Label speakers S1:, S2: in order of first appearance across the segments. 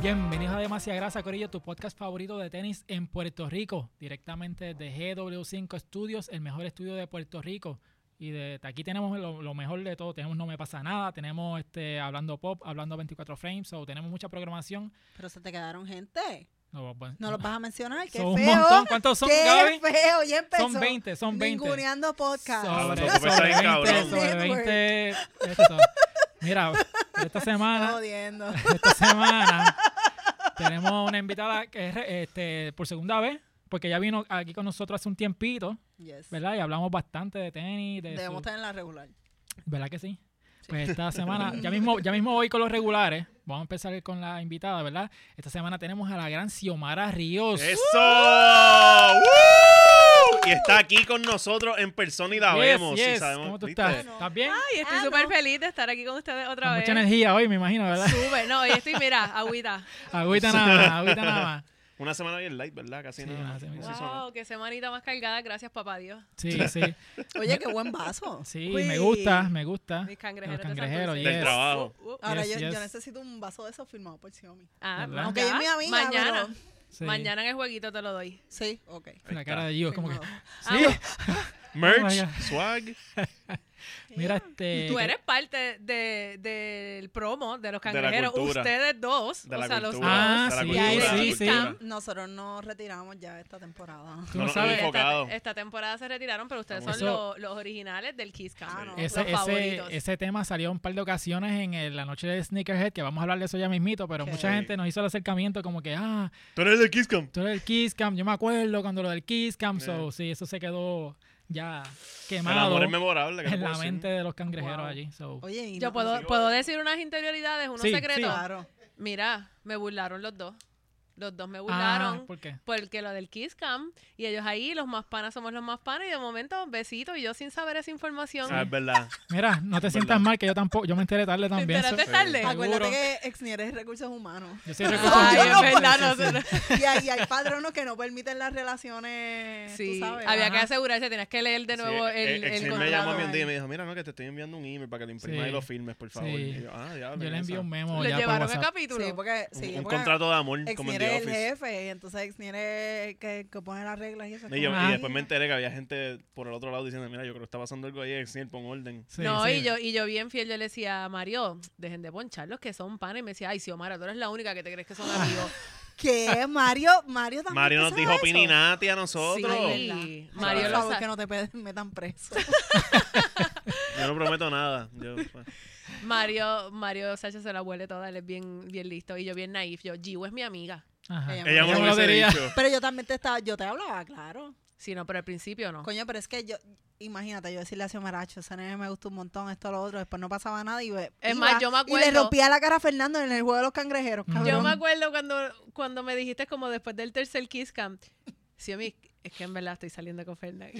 S1: Bienvenidos a Demasiada Grasa, Corillo, tu podcast favorito de tenis en Puerto Rico, directamente desde GW5 Studios, el mejor estudio de Puerto Rico. Y de, aquí tenemos lo, lo mejor de todo. Tenemos No Me Pasa Nada, tenemos este Hablando Pop, Hablando 24 Frames, o tenemos mucha programación.
S2: Pero se te quedaron gente.
S1: No, pues,
S2: No los vas a mencionar. Qué
S1: son un
S2: feo.
S1: montón. ¿Cuántos son,
S2: Qué
S1: Gaby?
S2: feo. Ya empezó.
S1: Son 20, son 20.
S2: Ninguneando podcast.
S1: Sobre,
S3: Hablando Pop está
S1: sobre
S3: bien
S1: 20,
S3: cabrón.
S1: sobre
S2: Network.
S1: 20, esto. este Mira, esta semana...
S2: Jodiendo.
S1: esta semana tenemos una invitada que es re- este, por segunda vez, porque ella vino aquí con nosotros hace un tiempito,
S2: Yes.
S1: ¿verdad? Y hablamos bastante de tenis, de
S2: Debemos
S1: su-
S2: estar en la regular.
S1: ¿verdad que sí? Pues esta semana, ya mismo, ya mismo voy con los regulares, vamos a empezar con la invitada, ¿verdad? Esta semana tenemos a la gran Xiomara Ríos.
S3: ¡Eso! ¡Woo! Y está aquí con nosotros en persona y la
S1: Yes,
S3: vemos. y
S1: yes.
S3: sabemos-
S1: ¿Cómo tú
S3: ¿viste?
S1: estás?
S2: Ah, no.
S1: ¿Estás bien?
S4: Ay, estoy
S2: Ah,
S4: súper
S2: no.
S4: feliz de estar aquí con ustedes otra
S1: Con
S4: vez.
S1: mucha energía hoy, me imagino, ¿verdad?
S4: Súper, no, yo estoy, mira, agüita.
S1: Agüita nada más, agüita nada más.
S3: Una semana bien light, ¿verdad? Casi
S1: Sí,
S3: nada.
S1: una semana.
S3: Sí, son-
S4: Wow, qué semanita más cargada, gracias papá Dios.
S1: Sí, sí.
S2: Oye, qué buen vaso.
S1: Sí,
S2: Uy.
S1: me gusta, me gusta.
S4: Mis cangrejeros.
S1: Ah, Los
S4: de Santurce.
S1: cangrejeros, yes.
S3: Del trabajo.
S4: Uh, uh.
S2: Ahora
S1: Yes,
S2: yo, yo
S1: yes.
S2: necesito un vaso de esos firmado por Xiaomi.
S4: Ah,
S1: ¿Verdad?
S2: Aunque ella es mi amiga,
S4: Mañana,
S2: pero-
S1: Sí.
S4: mañana en el jueguito te lo doy. Ah, pues,
S2: Sí, ok.
S1: La cara de Gio es como que...
S2: Firmado.
S1: Sí.
S3: Merch,
S1: Oh my God.
S3: swag.
S1: Mira, este.
S4: Tú eres parte de- del promo de los
S3: la
S4: cangrejeros.
S3: cultura.
S4: Ustedes dos.
S3: De
S4: o
S3: la
S4: sea, los dos.
S1: Ah,
S3: cultura. de la
S1: sí,
S3: cultura,
S4: sí,
S3: de la
S4: sí.
S3: cultura.
S2: Nosotros nos retiramos ya esta temporada.
S1: Tú
S3: No,
S1: no
S3: no,
S1: sabes.
S3: no, enfocado.
S4: Esta, esta temporada se retiraron, pero ustedes son
S1: Eso-
S4: los, los originales del Kiss Cam.
S2: Ah, no.
S4: los
S1: Ese,
S4: favoritos.
S1: ese, ese tema salió un par de ocasiones en el- la noche de Sneakerhead, que vamos a hablar de eso ya mismito, pero
S2: Sí.
S1: mucha gente nos hizo el acercamiento como que, ah,
S3: Tú eres de Kiss Cam.
S1: tú eres el Kiss Cam, yo me acuerdo cuando lo del Kiss Cam, so,
S3: Eh.
S1: sí, eso se quedó ya
S3: El
S1: quemado
S3: amor es
S1: en
S3: memorable. ¿qué te
S1: la
S3: puedo decir?
S1: mente de los cangrejeros
S2: Wow.
S1: allí. so. Ah,
S2: Oye, y
S4: Yo
S2: no-
S4: puedo, puedo decir unas interioridades, unos
S1: Sí,
S4: secretos.
S1: sí.
S2: Claro.
S4: Mira, me burlaron los dos. Los dos me
S1: Ah,
S4: burlaron.
S1: ¿por qué?
S4: Porque lo del Kiss Cam y ellos ahí, los más panas somos los más panas y de momento besitos y yo sin saber esa información.
S3: Ah, es verdad.
S1: Mira, no te sientas
S3: verdad.
S1: mal, que yo tampoco, yo me enteré tarde
S4: ¿Te
S1: también. so-
S4: enteraste
S3: sí.
S4: tarde?
S1: Seguro.
S2: Acuérdate que Exnier es recursos humanos.
S1: yo soy recursos
S4: Ay,
S1: humanos,
S4: es
S1: sí,
S4: verdad,
S1: sí,
S4: no
S1: sí.
S4: sé.
S2: Y ahí hay padronos que no permiten las relaciones. tú
S4: Sí,
S2: sabes,
S4: había
S2: ajá.
S4: que asegurarse, tenías que leer de nuevo
S3: Sí,
S4: el,
S3: eh,
S4: el
S3: Exil me
S4: contrato.
S3: llamó a mí un día y me dijo, mira, no, que te estoy enviando un email para que lo imprimas
S1: Sí.
S3: y lo firmes, por favor.
S1: Sí.
S3: Y yo, ah,
S1: Yo
S3: diablo,
S1: le
S3: ¿qué
S1: envío
S3: pasa?
S1: un memo
S4: Lo
S1: ya por
S4: llevaron al
S1: WhatsApp.
S4: capítulo.
S2: Sí, porque. Sí,
S3: Un- Un
S2: porque
S3: contrato de amor como en
S2: Exnier
S3: The
S2: es el
S3: Office.
S2: jefe, y entonces Exnier es el que, que pone las reglas y eso. es
S3: Y, yo-
S2: como-
S3: y
S1: Ajá.
S3: después me enteré que había gente por el otro lado diciendo, mira, yo creo que está pasando algo ahí, Exil, pon orden.
S1: Sí,
S4: no,
S1: sí.
S4: Y, yo, y yo bien fiel, yo le decía, Mario, dejen de poncharlos que son panas. Y me decía, ay, Xiomara, tú eres la única que te crees que son amigos.
S2: ¿Qué? Mario, Mario también.
S3: Mario nos dijo pininati a nosotros.
S2: Ay,
S4: Sí,
S3: verdad.
S4: Mario
S2: Por
S3: Sabe.
S4: lo
S2: favor,
S4: sabe.
S2: que no te pe- metan preso.
S3: Yo no prometo nada. Yo, pues,
S4: Mario, Mario Sánchez se la huele toda, él es bien, bien listo. Y yo bien naif, yo, Giu es mi amiga.
S1: Ajá.
S2: Ella
S3: ella me lo
S1: me
S3: hubiese
S1: diría.
S3: dicho.
S2: Pero yo también te estaba, yo te hablaba, claro.
S4: Sí, no, pero al principio no.
S2: Coño, pero es que yo, imagínate, yo decirle a Xiomaracho, ese nene me gustó un montón, esto, lo otro, después no pasaba nada y ve-
S4: Es
S2: iba
S4: más, yo me
S2: Y le
S4: acuerdo-
S2: rompía la cara a Fernando en el juego de los cangrejeros,
S1: Yo
S2: cabrón.
S4: Yo me acuerdo cuando, cuando me dijiste como después del tercer Kiss Camp, sí, a mí, es que en verdad estoy saliendo con Fernández.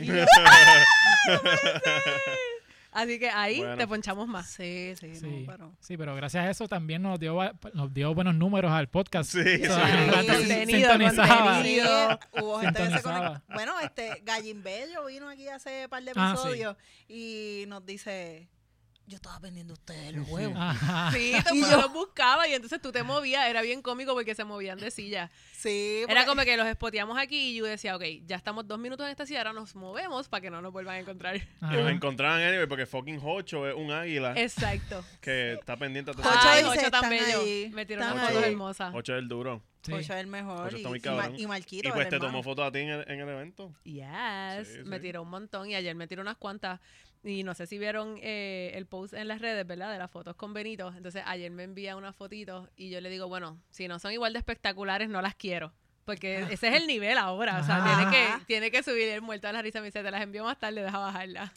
S4: Así que ahí
S3: Bueno.
S4: te ponchamos más.
S2: Sí, sí,
S1: Sí.
S2: no, pero...
S1: Sí, pero gracias a eso también nos dio, va- pues, nos dio buenos números al podcast.
S3: Sí,
S1: O sea,
S3: sí.
S1: la gente
S2: Sí,
S4: contenido,
S1: sintonizaba.
S4: contenido.
S2: Sí, hubo gente que se
S1: Sintonizaba.
S2: conectó. Bueno, este Gallin Bello vino aquí hace par de
S1: Ah,
S2: episodios y nos dice, yo estaba vendiendo a ustedes los huevos.
S1: Ajá.
S4: Sí,
S2: Y
S4: tú
S2: yo-
S4: los buscabas y entonces tú te movías. Era bien cómico porque se movían de silla.
S2: Sí,
S4: Era
S2: porque-
S4: como que los espoteamos aquí y yo decía, ok, ya estamos dos minutos en esta silla, ahora nos movemos para que no nos vuelvan a encontrar.
S1: Ajá.
S3: Que nos encontraban anyway porque fucking Hocho es un águila
S4: Exacto.
S3: que está pendiente a todo.
S2: Jocho
S4: Ay,
S2: dice,
S4: Jocho tan
S2: "Están
S4: bello.
S2: ahí,
S4: Me tiró una
S2: están
S4: foto
S3: ahí".
S4: hermosa.
S3: Hocho es el duro.
S1: Sí.
S2: Pocho es el mejor
S3: Pocho
S2: y,
S3: está muy
S2: y Ma-
S3: cabrón.
S2: y Marquito
S3: Y pues
S2: el
S3: te tomó
S2: hermano.
S3: foto a ti en el, en el evento.
S4: Yes,
S3: Sí,
S4: me
S3: sí.
S4: tiró un montón y ayer me tiró unas cuantas y no sé si vieron eh, el post en las redes, ¿verdad? De las fotos con Benito. Entonces ayer me envía unas fotitos y yo le digo, bueno, si no son igual de espectaculares, no las quiero. Porque
S2: Ah.
S4: ese es el nivel ahora, o sea,
S1: Ajá.
S4: tiene que, tiene que subir el muerto a la risa, me dice, te las envío más tarde, deja bajarla.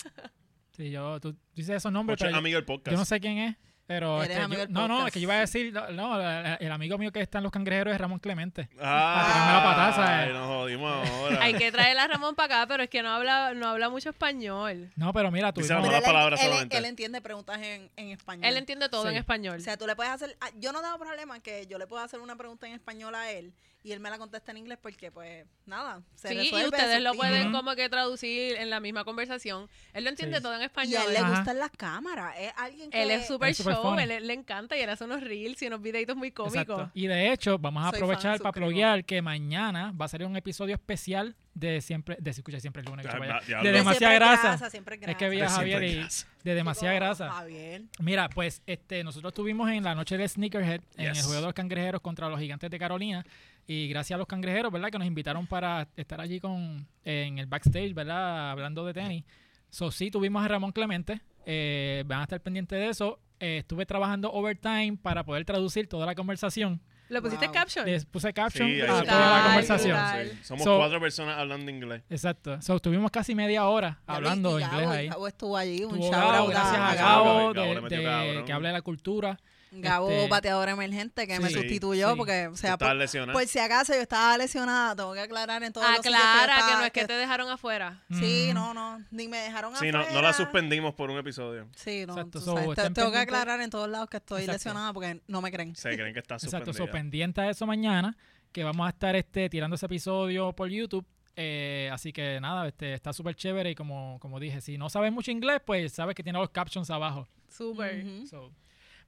S1: Sí, yo, tú dices esos nombres,
S3: Hocho es
S1: pero yo-
S3: amigo del podcast.
S1: yo no sé quién es. Pero
S2: Eres
S1: este,
S2: amigo
S1: yo-
S2: del
S1: no, no,
S2: podcast,
S1: es que yo iba a decir, no, no, la- la- el amigo mío que está en los cangrejeros es Ramón Clemente.
S3: Ah,
S1: Para tirarme la pataza, eh.
S3: Ay, nos jodimos ahora.
S4: Hay que traer a Ramón para acá, pero es que no habla, no habla mucho español.
S1: No, pero mira, tú
S3: Dice Ramón.
S2: Pero
S3: Una
S2: él,
S3: palabra
S2: él-
S3: solamente.
S2: él entiende preguntas en, en español.
S4: Él entiende todo
S1: Sí.
S4: en español.
S2: O sea, tú le puedes hacer. ah, Yo no tengo problema que yo le pueda hacer una pregunta en español a él Y él me la contesta en inglés porque, pues, nada, se
S4: Sí,
S2: resuelve,
S4: y ustedes lo
S2: sutil.
S4: pueden
S1: Ujú.
S4: como que traducir en la misma conversación. Él lo entiende
S1: Sí.
S4: todo en
S2: Y a
S4: español.
S2: él le
S1: Ajá.
S2: gustan las cámaras. Es alguien que
S4: Él
S2: le-
S4: es súper
S1: Es súper
S4: show,
S1: funny.
S4: él, él le encanta y él hace unos reels y unos videitos muy
S1: Exacto.
S4: cómicos.
S1: Y de hecho, vamos a
S2: Soy fan,
S1: aprovechar para
S2: suscribo.
S1: pluguear que mañana va a salir un episodio especial de siempre, de si escucha siempre el lunes. que se vaya.
S3: Diablo.
S1: de
S2: Pero
S3: Diablo.
S1: demasiada
S2: siempre es
S1: grasa.
S2: siempre
S1: Es que vi a
S3: De siempre
S1: Javier y
S3: grasa.
S1: de demasiada
S2: Chico,
S1: grasa.
S2: Javier.
S1: Mira, pues este, nosotros estuvimos en la noche de Sneakerhead, en el
S3: Yes.
S1: juego de los cangrejeros contra los gigantes de Carolina. Y gracias a los cangrejeros, ¿verdad? Que nos invitaron para estar allí con en el backstage, ¿verdad? Hablando de tenis. So, sí, tuvimos a Ramón Clemente. eh, van a estar pendientes de eso. Eh, estuve trabajando overtime para poder traducir toda la conversación.
S4: ¿Lo pusiste
S2: Wow.
S4: en caption?
S1: Les puse caption
S3: Sí, ahí
S1: a Ah,
S3: se
S1: toda la
S4: Brutal,
S1: conversación.
S4: brutal.
S3: Sí, Somos
S1: So-
S3: cuatro personas hablando inglés.
S1: Exacto. So, estuvimos casi media hora
S2: Ya lo-
S1: hablando
S2: y
S1: inglés
S2: Gabo,
S1: ahí.
S2: Gabo estuvo allí, un
S1: Tuvo
S2: shout
S1: Gabo,
S2: out
S1: gracias a
S3: Gabo.
S1: Gabo,
S3: Gabo
S1: de-
S3: le metió
S1: de-
S3: cabrón.
S1: que habla de la cultura.
S2: Gabo,
S1: Este-
S2: bateador emergente, que me
S1: Sí,
S2: sustituyó
S1: sí.
S2: porque, o sea,
S3: Tú estás
S2: por,
S3: lesionado.
S2: por si acaso yo estaba lesionada, tengo que aclarar en todos los sitios
S4: Aclara
S2: yo
S4: Ah, que,
S2: estaba-
S4: no es que te dejaron afuera.
S2: Sí,
S1: Mm.
S2: no, no, ni me dejaron
S3: sí, no, no
S2: afuera.
S3: la suspendimos por un episodio.
S2: Sí, no,
S1: Exacto,
S2: tú
S1: so,
S2: sabes, te-
S1: estén
S2: tengo que
S1: pendientes.
S2: aclarar en todos lados que estoy
S1: Exacto.
S2: lesionada porque no me creen.
S3: Se creen que está
S1: Exacto,
S3: suspendida.
S1: so, pendiente a eso mañana, que vamos a estar este, tirando ese episodio por YouTube. Eh, así que nada, este, está súper chévere y como, como dije, si no sabes mucho inglés, pues sabes que tiene los captions abajo.
S4: Súper.
S2: Ujú.
S1: So,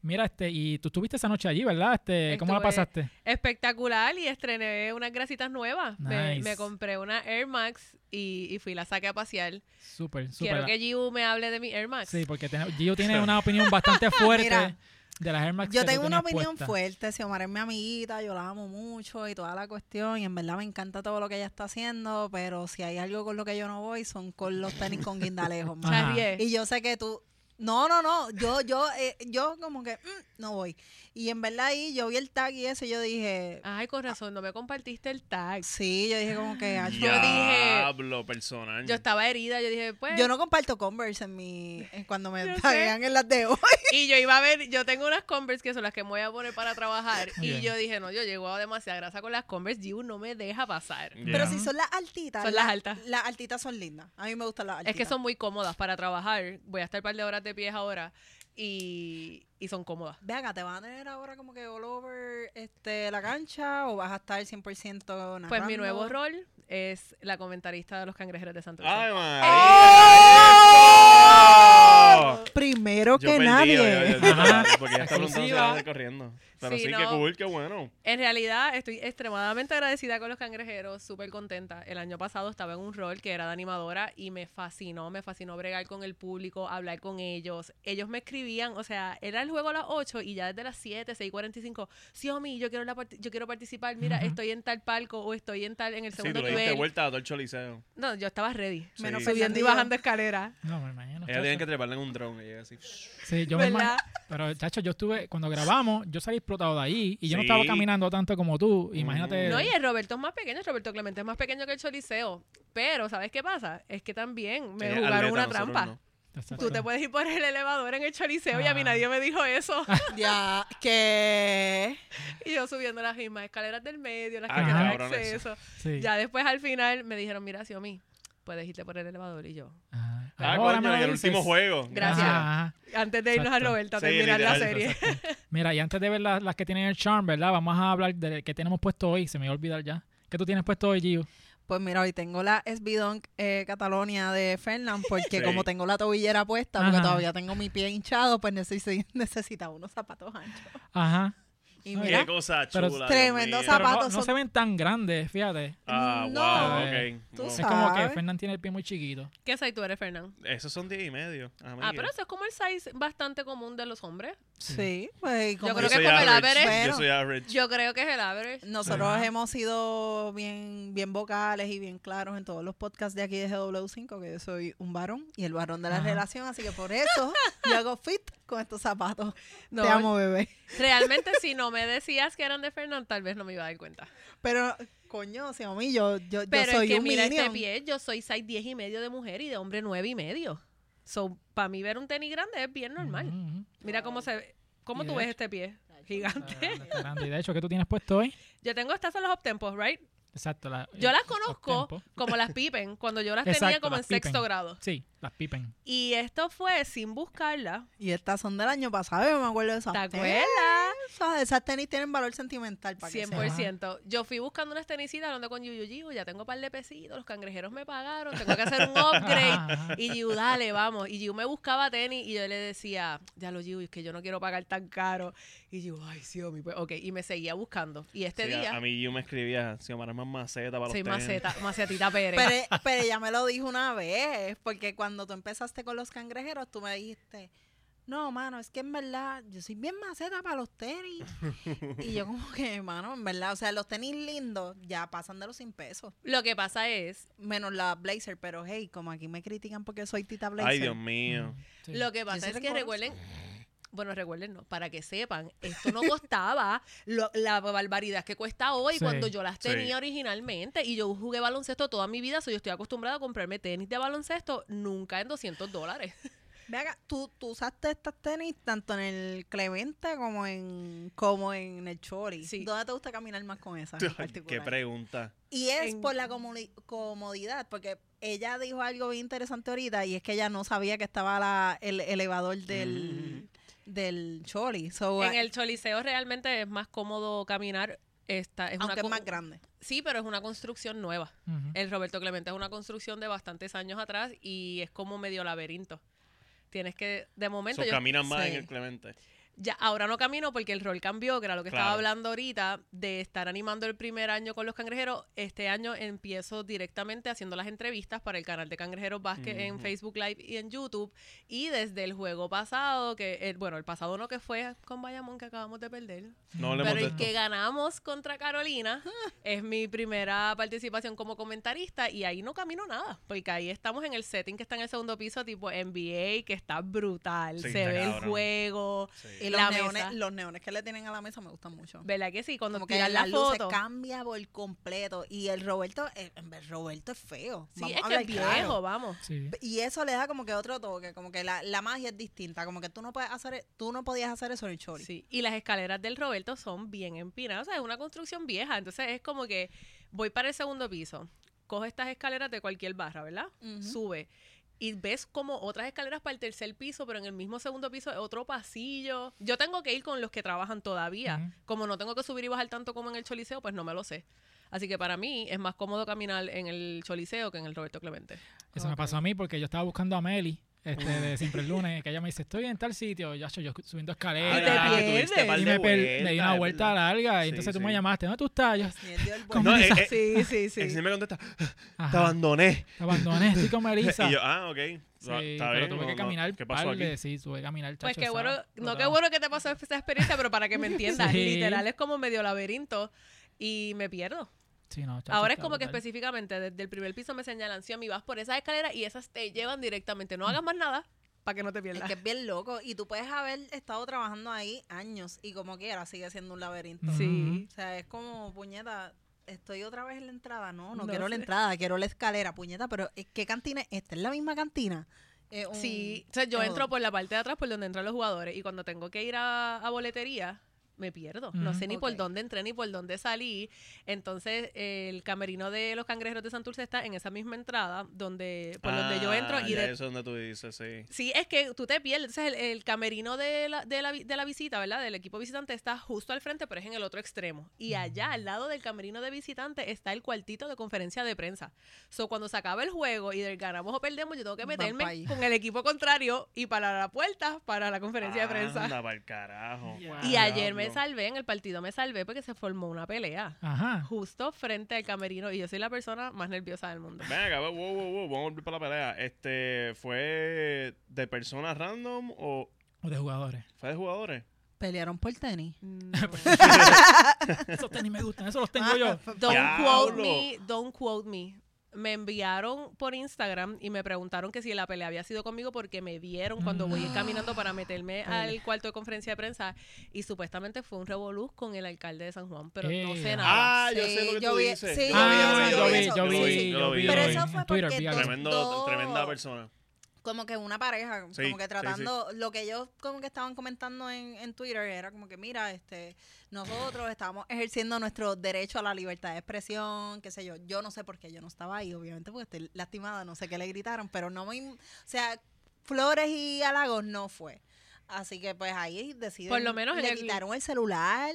S1: mira, este, y tú estuviste esa noche allí, ¿verdad? Este, ¿Cómo la
S4: Estuve-
S1: pasaste?
S4: Espectacular y estrené unas grasitas nuevas. Me,
S1: Nice.
S4: me compré una Air Max y, y fui, la saqué a pasear.
S1: Súper,
S4: Quiero
S1: súper.
S4: que Giu me hable de mi Air Max.
S1: Sí, porque tiene- Gio tiene una opinión bastante fuerte
S2: Mira,
S1: de las Air Max
S2: Yo
S1: que tú
S2: tengo una
S1: tenías puestas.
S2: opinión fuerte, Xiomara es mi amiguita, yo la amo mucho y toda la cuestión, y en verdad me encanta todo lo que ella está haciendo, pero si hay algo con lo que yo no voy, son con los tenis con guindalejos, mano.
S4: Charrié.
S2: Y yo sé que tú. No, no, no. Yo, yo, eh, yo como que mm, no voy. Y en verdad ahí yo vi el tag y eso y yo dije.
S4: Ay, con razón, no me compartiste el tag.
S2: Sí, yo dije como que. "Ach,
S4: Ya.
S3: Diablo, personal.
S4: Yo estaba herida, yo dije, pues.
S2: Yo no comparto Converse en mi. en cuando me
S4: Yo sé.
S2: taguean en las de hoy.
S4: Y yo iba a ver, yo tengo unas Converse que son las que me voy a poner para trabajar.
S1: Muy
S4: y
S1: bien.
S4: yo dije, no, yo llego a demasiada grasa con las Converse, Giu no me deja pasar.
S3: Ya.
S2: Pero si son las altitas.
S4: Son las
S2: la-
S4: altas.
S2: Las altitas son lindas. A mí me gustan las
S4: Es
S2: altitas.
S4: que son muy cómodas para trabajar. Voy a estar un par de horas de pies ahora y, y son cómodas.
S2: Ve acá, ¿te van a tener ahora como que all over este, la cancha o vas a estar 100% narrando?
S4: Pues mi nuevo rol es la comentarista de los cangrejeros de Santo
S3: ¡Ay,
S4: Domingo.
S3: ¡Oh! María! ¡Eso!
S4: Eh,
S2: Primero
S3: Yo
S2: que
S3: perdí,
S2: nadie.
S3: oye, oye,
S1: Ajá.
S3: oye, Porque ya está
S1: Exclusiva.
S3: preguntando si va a ir corriendo. Pero
S4: Sí,
S3: sí,
S4: no.
S3: que cool, qué bueno.
S4: En realidad estoy extremadamente agradecida con los cangrejeros, súper contenta. El año pasado estaba en un rol que era de animadora y me fascinó, me fascinó bregar con el público, hablar con ellos. Ellos me escribían, o sea, era el juego a las 8 y ya desde las 7, 6.45, Xiomi, yo quiero, la parti- yo quiero participar, mira,
S1: Ujú.
S4: estoy en tal palco o estoy en tal, en el
S3: Sí, tú
S4: segundo
S3: le diste
S4: nivel.
S3: vuelta a todo el choliseo.
S4: No, yo estaba ready.
S2: Menos
S3: Sí.
S4: Subiendo y
S2: Fernando
S4: bajando escaleras.
S1: No, me imagino.
S3: Ella tiene
S1: chacho.
S3: que treparla en un dron. y Ella así.
S1: Sí, yo me
S4: ¿Verdad?
S1: imagino. Pero, chacho, yo estuve, cuando grabamos, yo salí explotado de ahí y yo no estaba
S3: Sí.
S1: caminando tanto como tú. Imagínate.
S4: No, y el Roberto es más pequeño, el Roberto Clemente es más pequeño que el Choliseo. Pero, ¿sabes qué pasa? Es que también me
S3: Ella
S4: jugaron
S3: atleta,
S4: una
S3: nosotros
S4: trampa.
S3: no.
S1: Exacto.
S4: Tú te puedes ir por el elevador en el Choliseo y a mí
S1: Ah.
S4: nadie me dijo eso.
S2: Ya, que.
S4: Y yo subiendo las mismas escaleras del medio, las
S3: Ah,
S4: que
S1: qué
S4: me
S3: cabrón
S4: acceso.
S1: Sí.
S4: Ya después al final me dijeron, mira, Xiomi, puedes irte por el elevador. Y yo,
S1: Ah,
S3: Ah,
S1: ahora
S3: coño,
S1: me
S3: en
S1: lo
S3: el
S1: dices.
S3: último juego.
S4: Gracias.
S1: Ajá, ajá.
S4: antes de irnos
S1: Exacto.
S4: a Roberto a
S3: Sí,
S4: terminar la
S3: literal,
S4: serie.
S1: Mira, y antes de ver las, las que tienen el charm, ¿verdad? Vamos a hablar de qué tenemos puesto hoy. Se me iba a olvidar ya. ¿Qué tú tienes puesto hoy, Gio?
S2: Pues mira, hoy tengo la Sbidonk eh, Catalonia de Fernand, porque
S3: Sí.
S2: como tengo la tobillera puesta, porque
S1: Ajá.
S2: todavía tengo mi pie hinchado, pues necesi- necesitaba unos zapatos anchos.
S1: Ajá.
S2: Y
S1: Ay,
S2: mira,
S3: Qué cosa
S1: Pero-
S3: chula. Dios
S2: Tremendo
S3: mío.
S1: Pero no- no,
S2: zapatos son-
S1: se ven tan grandes, fíjate.
S3: Ah,
S2: No.
S3: wow,
S1: Eh,
S3: ok.
S2: tú
S3: Wow.
S1: Es como que
S2: ¿Sabes?
S1: Fernán tiene el pie muy chiquito.
S4: ¿Qué size tú eres, Fernán?
S3: Esos son 10 y medio.
S4: Ah, pero eso es como el size bastante común de los hombres.
S2: sí, pues y como
S4: Yo creo
S3: soy
S4: que como el
S3: average,
S4: average-
S3: Yo soy average.
S4: Yo creo que es el average.
S2: nosotros
S1: Ajá.
S2: hemos sido bien, bien vocales y bien claros en todos los podcasts de aquí de GW5, que yo soy un varón y el varón de la
S1: Ajá.
S2: relación, así que por eso yo hago fit con estos zapatos.
S4: No,
S2: Te amo, bebé.
S4: Realmente, si no me decías que eran de Fernán, tal vez no me iba a dar cuenta.
S2: Pero, coño, si a mí yo, yo, yo
S4: Pero
S2: soy
S4: es que
S2: un
S4: mira este
S2: minion.
S4: pie, yo soy 6, 10 y medio de mujer y de hombre 9 y medio. So, para mí ver un tenis grande es bien normal.
S1: Ujú.
S4: Mira cómo se ve. ¿Cómo
S1: Y
S4: tú
S1: de
S4: ves
S1: hecho-
S4: este pie?
S1: Está
S4: Gigante.
S1: grande, está grande. Y de hecho, ¿qué tú tienes puesto hoy?
S4: Yo tengo estas son las optempos, right?
S1: Exacto. la- eh,
S4: Yo las
S1: los
S4: conozco
S1: Eh, tempo.
S4: como las pipen, cuando yo las tenía
S1: Exacto,
S4: como en
S1: las Pippen.
S4: sexto grado.
S1: Sí, las pipen.
S4: Y esto fue sin buscarla.
S2: Y estas son del año pasado, yo me acuerdo de
S4: ¿Te
S2: esas.
S4: acuerdas?
S2: esas, esas tenis tienen valor sentimental para que
S4: 100%. Yo fui buscando unas tenisitas hablando con Yuyu Giu, ya tengo un par de pesitos, los cangrejeros me pagaron, tengo que hacer un upgrade. Y Giu, dale, vamos. Y Giu me buscaba tenis y yo le decía, ya lo Giu, es que yo no quiero pagar tan caro. Y Giu, ay, sí, mi pues, ok. Y me seguía buscando. Y este
S3: Sí, a-
S4: día,
S3: A, mí yo me escribía, Xiomara es más maceta para los
S4: soy
S3: tenis".
S4: maceta, macetita Pérez.
S2: Pero, pero ella me lo dijo una vez, porque cuando tú empezaste con los cangrejeros, tú me dijiste, no, mano, es que en verdad yo soy bien maceta para los tenis. Y yo como que, mano, en verdad, o sea, los tenis lindos ya pasan de los 100 pesos,
S4: Lo que pasa es,
S2: menos la blazer, pero hey, como aquí me critican porque soy tita blazer.
S3: Ay, Dios mío.
S4: Mm.
S1: Sí.
S4: lo que pasa
S2: sí
S4: es que
S2: tengo eso.
S4: recuerden... Bueno, recuerden, no, para que sepan, esto no costaba lo- la barbaridad que cuesta hoy
S1: Sí.
S4: cuando yo las
S3: Sí.
S4: tenía originalmente y yo jugué baloncesto toda mi vida, soy yo estoy acostumbrada a comprarme tenis de baloncesto nunca en 200 dólares.
S2: Ve acá, tú, tú usaste estas tenis tanto en el Clemente como en como en el Chori.
S4: Sí.
S2: ¿Dónde te gusta caminar más con esas? en
S3: Ay, Qué
S2: particular?
S3: pregunta.
S2: Y es
S4: En-
S2: por la comuni- comodidad, porque ella dijo algo bien interesante ahorita y es que ella no sabía que estaba la- el elevador del, del choli. So,
S4: Mm.
S2: eh,
S4: En el Choliseo realmente es más cómodo caminar. Esta es una
S2: aunque es
S4: con-
S2: más grande.
S4: Sí, pero es una construcción nueva.
S1: Ujú.
S4: El Roberto Clemente es una construcción de bastantes años atrás y es como medio laberinto. Tienes que, de momento,
S3: So,
S4: yo-
S3: caminan más
S2: sí.
S3: en el Clemente.
S4: ya ahora no camino porque el rol cambió, que era lo que estaba
S3: Claro.
S4: hablando ahorita, de estar animando el primer año con los cangrejeros. Este año empiezo directamente haciendo las entrevistas para el canal de Cangrejeros Vázquez en
S3: Ujú.
S4: Facebook Live y en YouTube. Y desde el juego pasado, que el, bueno, el pasado no que fue con Bayamón que acabamos de perder,
S3: No hablemos
S4: pero
S3: de
S4: el
S3: esto.
S4: que ganamos contra Carolina es mi primera participación como comentarista y ahí no camino nada, porque ahí estamos en el setting que está en el segundo piso, tipo NBA, que está brutal.
S3: Sí,
S4: Se
S3: está
S4: ve el
S3: cabrón.
S4: juego.
S3: Sí.
S2: Y los
S4: La mesa.
S2: neones, los neones que le tienen a la mesa me gustan mucho.
S4: ¿Verdad que sí? Cuando
S2: Como que
S4: tiran la
S2: las luces
S4: foto.
S2: cambia por completo. Y el Roberto, eh, en vez, Roberto es feo.
S4: Sí,
S2: Vamos
S4: es
S2: a
S4: que es
S2: hablar claro.
S4: viejo, vamos.
S1: Sí.
S2: Y eso le da como que otro toque, como que la, la magia es distinta, como que tú no puedes hacer, e, tú no podías hacer eso en el chori.
S4: Sí, y las escaleras del Roberto son bien empinadas, o sea, es una construcción vieja, entonces es como que voy para el segundo piso, cojo estas escaleras de cualquier barra, ¿verdad?
S2: Ujú.
S4: Sube y ves como otras escaleras para el tercer piso, pero en el mismo segundo piso es otro pasillo. Yo tengo que ir con los que trabajan todavía,
S1: Ujú.
S4: como no tengo que subir y bajar tanto como en el Choliseo, pues no me lo sé. Así que para mí es más cómodo caminar en el Choliseo que en el Roberto Clemente.
S1: Eso me pasó a mí porque yo estaba buscando a Meli, este, de siempre el lunes, que ella me dice, estoy en tal sitio, yo, yo subiendo
S3: Ah,
S1: escaleras.
S4: te
S3: que tuviste
S4: pierdes.
S3: par
S1: y
S3: de
S1: me per- le di una
S3: vueltas,
S1: vuelta
S3: ¿verdad?
S1: larga y
S3: Sí,
S1: entonces tú
S3: sí.
S1: me llamaste, ¿dónde tú estás? Yo
S2: Ni él dio el
S1: ¿Cómo
S3: No,
S1: dices?
S3: eh, eh,
S4: Sí, sí, sí.
S3: Él sí me contesta,
S1: Ajá,
S3: te abandoné.
S1: te abandoné, estoy con Melissa.
S3: Y yo, ah, ok.
S1: Sí,
S3: Está
S1: pero
S3: bien,
S1: tuve
S3: no,
S1: que
S3: no,
S1: caminar
S3: ¿Qué pasó
S1: par
S3: aquí?
S1: de- sí, tuve que caminar.
S4: Pues
S1: chacho,
S4: qué
S1: estaba
S4: bueno, no qué
S1: brutal.
S4: bueno que te pasó esa experiencia, pero para que me entiendas,
S1: Sí.
S4: literal es como medio laberinto y me pierdo.
S1: Sí, no, chacho,
S4: Ahora es
S1: está
S4: como que
S1: brutal.
S4: específicamente desde el primer piso me señalan, si a mí vas por esas escaleras y esas te llevan directamente,
S1: Mm.
S4: no hagas más nada para que no te
S2: Es
S4: pierdas.
S2: que es bien loco. Y tú puedes haber estado trabajando ahí años y como quiera sigue siendo un laberinto.
S4: Sí.
S2: O sea, es como, puñeta, estoy otra vez en la entrada. No, no,
S4: No
S2: quiero la
S4: sé.
S2: entrada, quiero la escalera, puñeta. Pero eh, ¿qué cantina es esta? ¿Es la misma cantina? Eh, un-
S4: Sí, o sea, yo
S2: un-
S4: entro por la parte de atrás por donde entran los jugadores y cuando tengo que ir a, a boletería me pierdo, no
S1: Ujú.
S4: sé ni por
S2: Ok.
S4: dónde entré ni por dónde salí. Entonces eh, el camerino de los cangrejeros de Santurce está en esa misma entrada donde por donde yo entro
S3: Ah,
S4: y
S3: ya
S4: de
S3: Eso es donde tú dices, sí.
S4: Sí, es que tú te pierdes. Entonces, el, el camerino de la, de, la, vi- de la visita, ¿verdad? Del equipo visitante está justo al frente, pero es en el otro extremo. Y allá, al lado del camerino de visitante, está el cuartito de conferencia de prensa. So, cuando se acaba el juego y del ganamos o perdemos, yo tengo que
S2: Van
S4: meterme
S2: pa' ahí.
S4: con el equipo contrario y para la puerta para la conferencia de prensa.
S3: Anda pa'l carajo.
S1: Yeah.
S4: Y ayer
S3: Diablo.
S4: me salvé, en el partido me salvé porque se formó una pelea
S1: Ajá.
S4: justo frente al camerino y yo soy la persona más nerviosa del mundo.
S3: Ven acá, wow, wow, wow, vamos a volver para la pelea. Este, ¿fue de personas random o
S1: O de jugadores.
S3: fue de jugadores?
S2: Pelearon por tenis.
S4: No.
S1: Esos tenis me gustan, esos los tengo yo.
S4: Don't quote
S3: Diablo.
S4: me, don't quote me. Me enviaron por Instagram y me preguntaron que si la pelea había sido conmigo porque me vieron cuando voy
S1: Mm.
S4: caminando para meterme al cuarto de conferencia de prensa y supuestamente fue un revolú con el alcalde de San Juan, pero no
S1: Eh.
S4: sé nada.
S3: Ah, yo
S2: Sí,
S3: sé lo que
S2: yo
S3: tú
S2: vi-
S3: dices.
S2: sí,
S3: Yo
S1: Ah,
S3: lo
S1: yo
S3: vi,
S1: vi, yo
S3: lo
S1: vi,
S3: yo lo
S1: yo vi.
S2: Pero
S1: yo
S3: lo
S1: vi.
S2: eso
S1: En
S2: fue
S1: Twitter,
S2: porque
S1: vi algo.
S2: todo-
S3: Tremendo, tremenda persona.
S2: Como que una pareja,
S3: Sí,
S2: como que
S3: sí,
S2: tratando, lo que ellos como que estaban comentando en, en Twitter era como que, mira, este, nosotros estábamos ejerciendo nuestro derecho a la libertad de expresión, qué sé yo, yo no sé por qué yo no estaba ahí, obviamente porque estoy lastimada, no sé qué le gritaron, pero no me, im- o sea, flores y halagos no fue. Así que pues ahí deciden.
S4: Por lo menos en
S2: le
S4: el-
S2: quitaron el celular